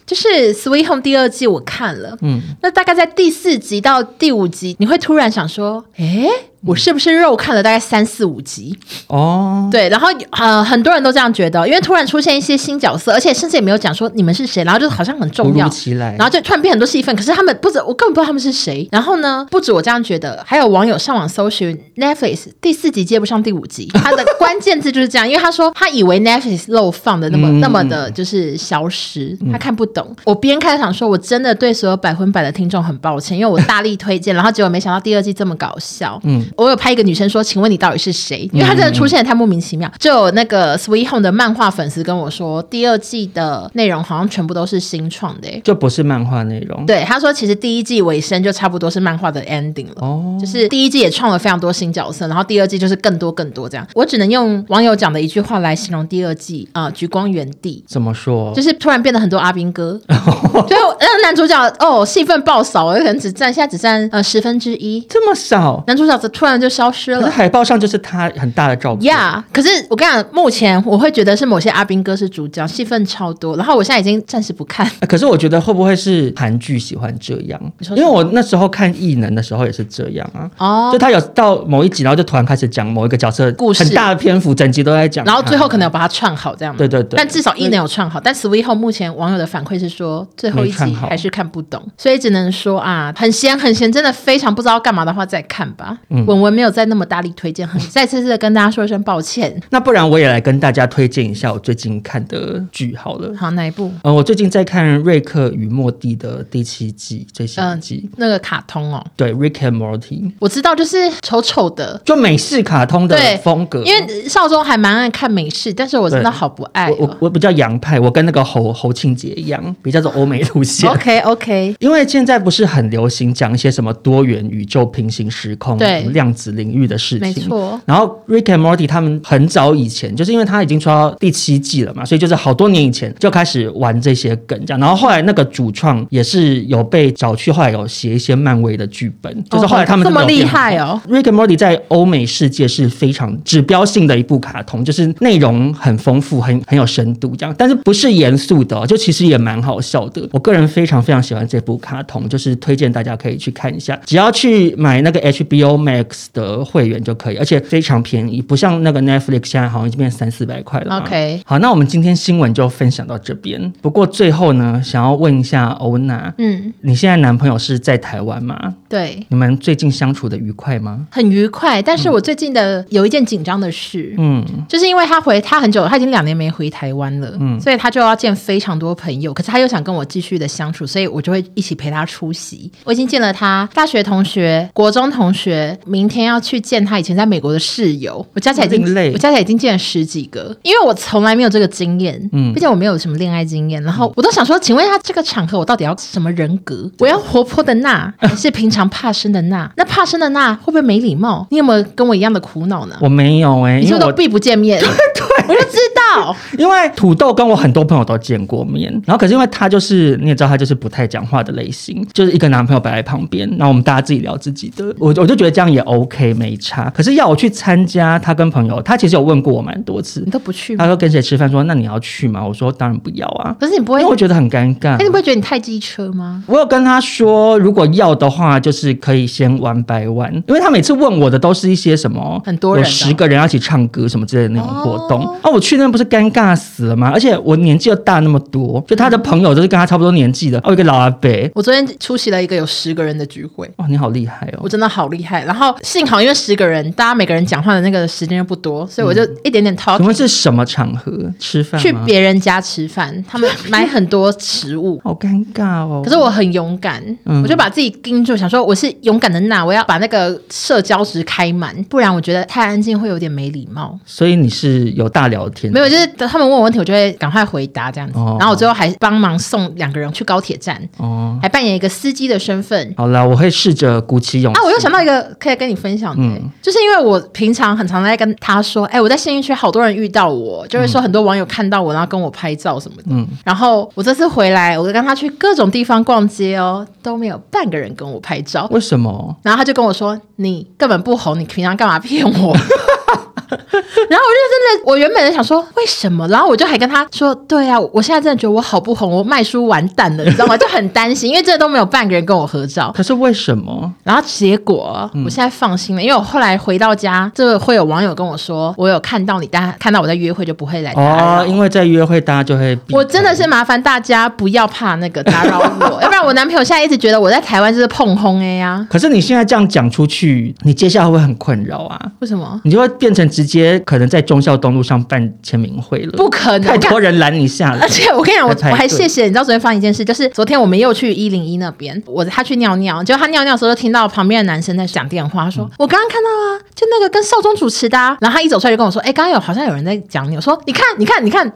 Speaker 3: 就是《Sweet Home》第二季我看了，嗯，那大概在第四集到第五集，你会突然想说，诶，
Speaker 2: 嗯
Speaker 3: 我是不是肉看了大概三四五集？
Speaker 2: 哦，
Speaker 3: 对，然后呃，很多人都这样觉得，因为突然出现一些新角色，而且甚至也没有讲说你们是谁，然后就好像很重
Speaker 2: 突
Speaker 3: 要
Speaker 2: 如。其来，
Speaker 3: 然后就突然变很多戏份，可是他们不知我根本不知道他们是谁。然后呢，不止我这样觉得，还有网友上网搜寻 Netflix 第四集接不上第五集，他的关键字就是这样，因为他说他以为 Netflix 漏放的那么、
Speaker 2: 嗯
Speaker 3: 那么的就是消失，他看不懂。我边看想说，我真的对所有百分百的听众很抱歉，因为我大力推荐，然后结果没想到第二季这么搞笑。嗯，我有拍一个女生说，请问你到底是谁？因为她
Speaker 2: 嗯
Speaker 3: 真的出现的太莫名其妙。就有那个 Sweet Home 的漫画粉丝跟我说，第二季的内容好像全部都是新创的、欸。
Speaker 2: 就不是漫画内容。
Speaker 3: 对，他说其实第一季尾声就差不多是漫画的 ending 了。
Speaker 2: 哦，
Speaker 3: 就是第一季也创了非常多新角色，然后第二季就是更多更多这样。我只能用网友讲的一句话来形容第二季啊、呃橘光原地。
Speaker 2: 怎么说？
Speaker 3: 就是突然变得很多阿兵哥，所以我那男主角哦戏份爆少，我可能只占现在只占呃十分之一，
Speaker 2: 这么少？
Speaker 3: 男主角就突然就消失
Speaker 2: 可是
Speaker 3: 了。
Speaker 2: 海报上就是他很大的照片。
Speaker 3: 呀可是我跟你讲，目前我会觉得是某些阿兵哥是主角，戏份超多。然后我现在已经暂时不看，
Speaker 2: 啊可是我觉得会不会是韩剧喜欢这样？
Speaker 3: 你说
Speaker 2: 因为
Speaker 3: 什么
Speaker 2: 我那时候看《异能》的时候也是这样啊。
Speaker 3: 哦
Speaker 2: 就他有到某一集，然后就突然开始讲某一个角色
Speaker 3: 故事
Speaker 2: 很大的篇幅，整集都在讲他。
Speaker 3: 然后最后可能有把它串好，这样吗？
Speaker 2: 对对对
Speaker 3: 但至少一能有串好，但 Sweet Home 目前网友的反馈是说，最后一
Speaker 2: 没串
Speaker 3: 集
Speaker 2: 好
Speaker 3: 还是看不懂，所以只能说啊，很闲很闲，真的非常不知道干嘛的话再看吧。
Speaker 2: 嗯
Speaker 3: 文文没有再那么大力推
Speaker 2: *laughs*
Speaker 3: 荐，很再次的跟大家说一声抱歉。
Speaker 2: 那不然我也来跟大家推荐一下我最近看的剧好了。
Speaker 3: 好，哪一部？
Speaker 2: 呃，我最近在看《瑞克与莫蒂》的第七季最新一
Speaker 3: 嗯
Speaker 2: 季，，
Speaker 3: 那个卡通哦，
Speaker 2: 对《Rick and Morty》，
Speaker 3: 我知道，就是丑丑的。
Speaker 2: 就美式卡通的
Speaker 3: 对
Speaker 2: 风格。
Speaker 3: 因为少中还蛮爱看美式，但是我真的
Speaker 2: 对
Speaker 3: 好不爱、
Speaker 2: 我我
Speaker 3: 哦。
Speaker 2: 我比较洋派，我跟那个侯侯庆杰一样，比较走欧美路线。
Speaker 3: OK OK，
Speaker 2: 因为现在不是很流行讲一些什么多元宇宙、平行时空、
Speaker 3: 对
Speaker 2: 什么量子领域的事情，
Speaker 3: 没错。
Speaker 2: 然后 Rick and Morty 他们很早以前，就是因为他已经出到第七季了嘛，所以就是好多年以前就开始玩这些梗这样。然后后来那个主创也是有被找去，后来有写一些漫威的剧本，就是后来他们
Speaker 3: 哦
Speaker 2: 真
Speaker 3: 这
Speaker 2: 的
Speaker 3: 么
Speaker 2: 有
Speaker 3: 厉
Speaker 2: 变红
Speaker 3: 害哦，
Speaker 2: Rick and Morty 在欧美世界是非常指标性的一部卡通，就是内容很丰富，很很有深度这样，但是不是严肃的哦、就其实也蛮好笑的。我个人非常非常喜欢这部卡通，就是推荐大家可以去看一下，只要去买那个 HBO Max 的会员就可以，而且非常便宜，不像那个 Netflix 现在好像已经变三四百块了嘛。
Speaker 3: OK
Speaker 2: 好，那我们今天新闻就分享到这边。不过最后呢，想要问一下欧娜，
Speaker 3: 嗯，
Speaker 2: 你现在男朋友是在台湾吗？
Speaker 3: 对，
Speaker 2: 你们最近相处的愉快吗？
Speaker 3: 很愉快。但是我最近的有一件紧张的事，
Speaker 2: 嗯，
Speaker 3: 就是因为他回他很久，他已经两年没回台湾了，所以他就要见非常多朋友。可是他又想跟我继续的相处，所以我就会一起陪他出席。我已经见了他大学同学、国中同学，明天要去见他以前在美国的室友。我加起来已经
Speaker 2: 另类
Speaker 3: 我加起来已经见了十几个，因为我从来没有这个经验，嗯，毕竟我没有什么恋爱经验。然后我都想说，请问一下这个场合我到底要什么人格？我要活泼的娜，还是平常怕生的娜？那怕生的娜会不会没礼貌？你有没有跟我一样的苦恼呢？
Speaker 2: 我没有哎、
Speaker 3: 你是
Speaker 2: 因为
Speaker 3: 不是都
Speaker 2: 我
Speaker 3: 避不
Speaker 2: *laughs*
Speaker 3: 见面？对对， *laughs* 我就知道。
Speaker 2: 因为土豆跟我很多朋友都见过面，然后可是因为他就是你也知道他就是不太讲话的类型，就是一个男朋友摆在旁边，然后我们大家自己聊自己的，我我就觉得这样也 OK 没差。可是要我去参加他跟朋友，他其实有问过我蛮多次
Speaker 3: 你，都不去
Speaker 2: 他
Speaker 3: 吗？
Speaker 2: 说跟谁吃饭，说那你要去吗？我说当然不要啊，
Speaker 3: 可是你不
Speaker 2: 因
Speaker 3: 会
Speaker 2: 为，我觉得很尴尬。
Speaker 3: 哎，你不会觉得你太机车吗？
Speaker 2: 我有跟他说，如果要的话，就是可以先 one by one，因为他每次问我的都是一些什么
Speaker 3: 很多人的哦
Speaker 2: 有十个人要一起唱歌什么之类的那种活动。啊，我去那边不是尴尬死了嘛！而且我年纪又大那么多，就他的朋友都是跟他差不多年纪的，哦，一个老阿伯，
Speaker 3: 我昨天出席了一个有十个人的聚会，
Speaker 2: 哇，你好厉害哦
Speaker 3: 我！真的好厉害。然后幸好因为十个人，大家每个人讲话的那个时间又不多，所以我就一点点
Speaker 2: 嗯请
Speaker 3: talk
Speaker 2: 问是什么场合吃饭
Speaker 3: 去
Speaker 2: 吗？
Speaker 3: 别人家吃饭，他们买很多食物。
Speaker 2: *laughs* 好尴尬哦！
Speaker 3: 可是我很勇敢，
Speaker 2: 嗯
Speaker 3: 我就把自己盯住，想说我是勇敢的娜，我要把那个社交值开满，不然我觉得太安静会有点没礼貌。
Speaker 2: 所以你是有大聊天
Speaker 3: 没有，就是等他们问我问题，我就会赶快回答这样子。
Speaker 2: 哦
Speaker 3: 然后我最后还帮忙送两个人去高铁站，
Speaker 2: 哦？
Speaker 3: 还扮演一个司机的身份。
Speaker 2: 好啦，我会试着鼓起勇气。
Speaker 3: 啊，我又想到一个可以跟你分享的、
Speaker 2: 嗯
Speaker 3: 就是因为我平常很常在跟他说，哎、我在信义区好多人遇到我，就会说很多网友看到我，然后跟我拍照什么的。
Speaker 2: 嗯
Speaker 3: 然后我这次回来，我跟他去各种地方逛街哦，都没有半个人跟我拍照。
Speaker 2: 为什么？
Speaker 3: 然后他就跟我说：“你根本不红，你平常干嘛骗我？” *laughs* 然后我就真的，我原本在想说为什么，然后我就还跟他说：“对啊，我现在真的觉得我好不红，我卖书完蛋了，你知道吗？” *laughs* 就很担心，因为真的都没有半个人跟我合照。
Speaker 2: 可是为什么？
Speaker 3: 然后结果我现在放心了，因为我后来回到家，就会有网友跟我说，我有看到你，但 *laughs* 看到我在约会就不会来打扰。
Speaker 2: 哦，因为在约会，大家就会避开
Speaker 3: 我真的是麻烦大家不要怕那个打扰我，要不然我男朋友现在一直觉得我在台湾就是碰轰 A 呀、
Speaker 2: 可是你现在这样讲出去，你接下来会不会很困扰啊？
Speaker 3: 为什么？
Speaker 2: 你就会变成直接可能在忠孝东路上办签名会了，
Speaker 3: 不可能！
Speaker 2: 太
Speaker 3: 我看
Speaker 2: 多人拦你下来
Speaker 3: *laughs* 而。且我跟你讲，
Speaker 2: 还
Speaker 3: 我
Speaker 2: 排队
Speaker 3: 我还谢谢你知道昨天发生一件事，就是昨天我们又去一零一那边，我他去尿尿，结果他尿尿的时候就听到旁边的男生在讲电话，他
Speaker 2: 嗯
Speaker 3: 说、我刚刚看到啊，就那个跟少中主持的、啊，然后他一走出来就跟我说，哎、刚刚有好像有人在讲你，我说你看你看
Speaker 2: *laughs*
Speaker 3: 你看，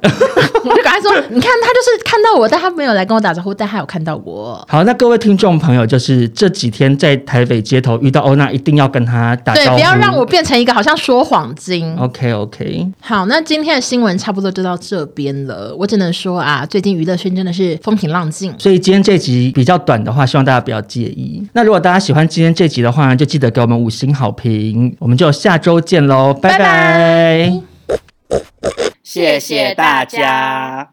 Speaker 3: 我就赶快说你看他就是看到我，但他没有来跟我打招呼，但他有看到我。
Speaker 2: 好，那各位听众朋友，就是这几天在台北街头遇到欧娜，一定要跟她打招
Speaker 3: 对，
Speaker 2: 呼。哦
Speaker 3: 不要让我变成一个好像说谎精。
Speaker 2: OK OK，
Speaker 3: 好，那今天的新闻差不多就到这边了。我只能说啊，最近娱乐圈真的是风平浪静。
Speaker 2: 所以今天这集比较短的话，希望大家不要介意。那如果大家喜欢今天这集的话，就记得给我们五星好评。我们就下周见喽，拜
Speaker 3: 拜
Speaker 2: 拜
Speaker 3: 拜
Speaker 1: 谢谢大家。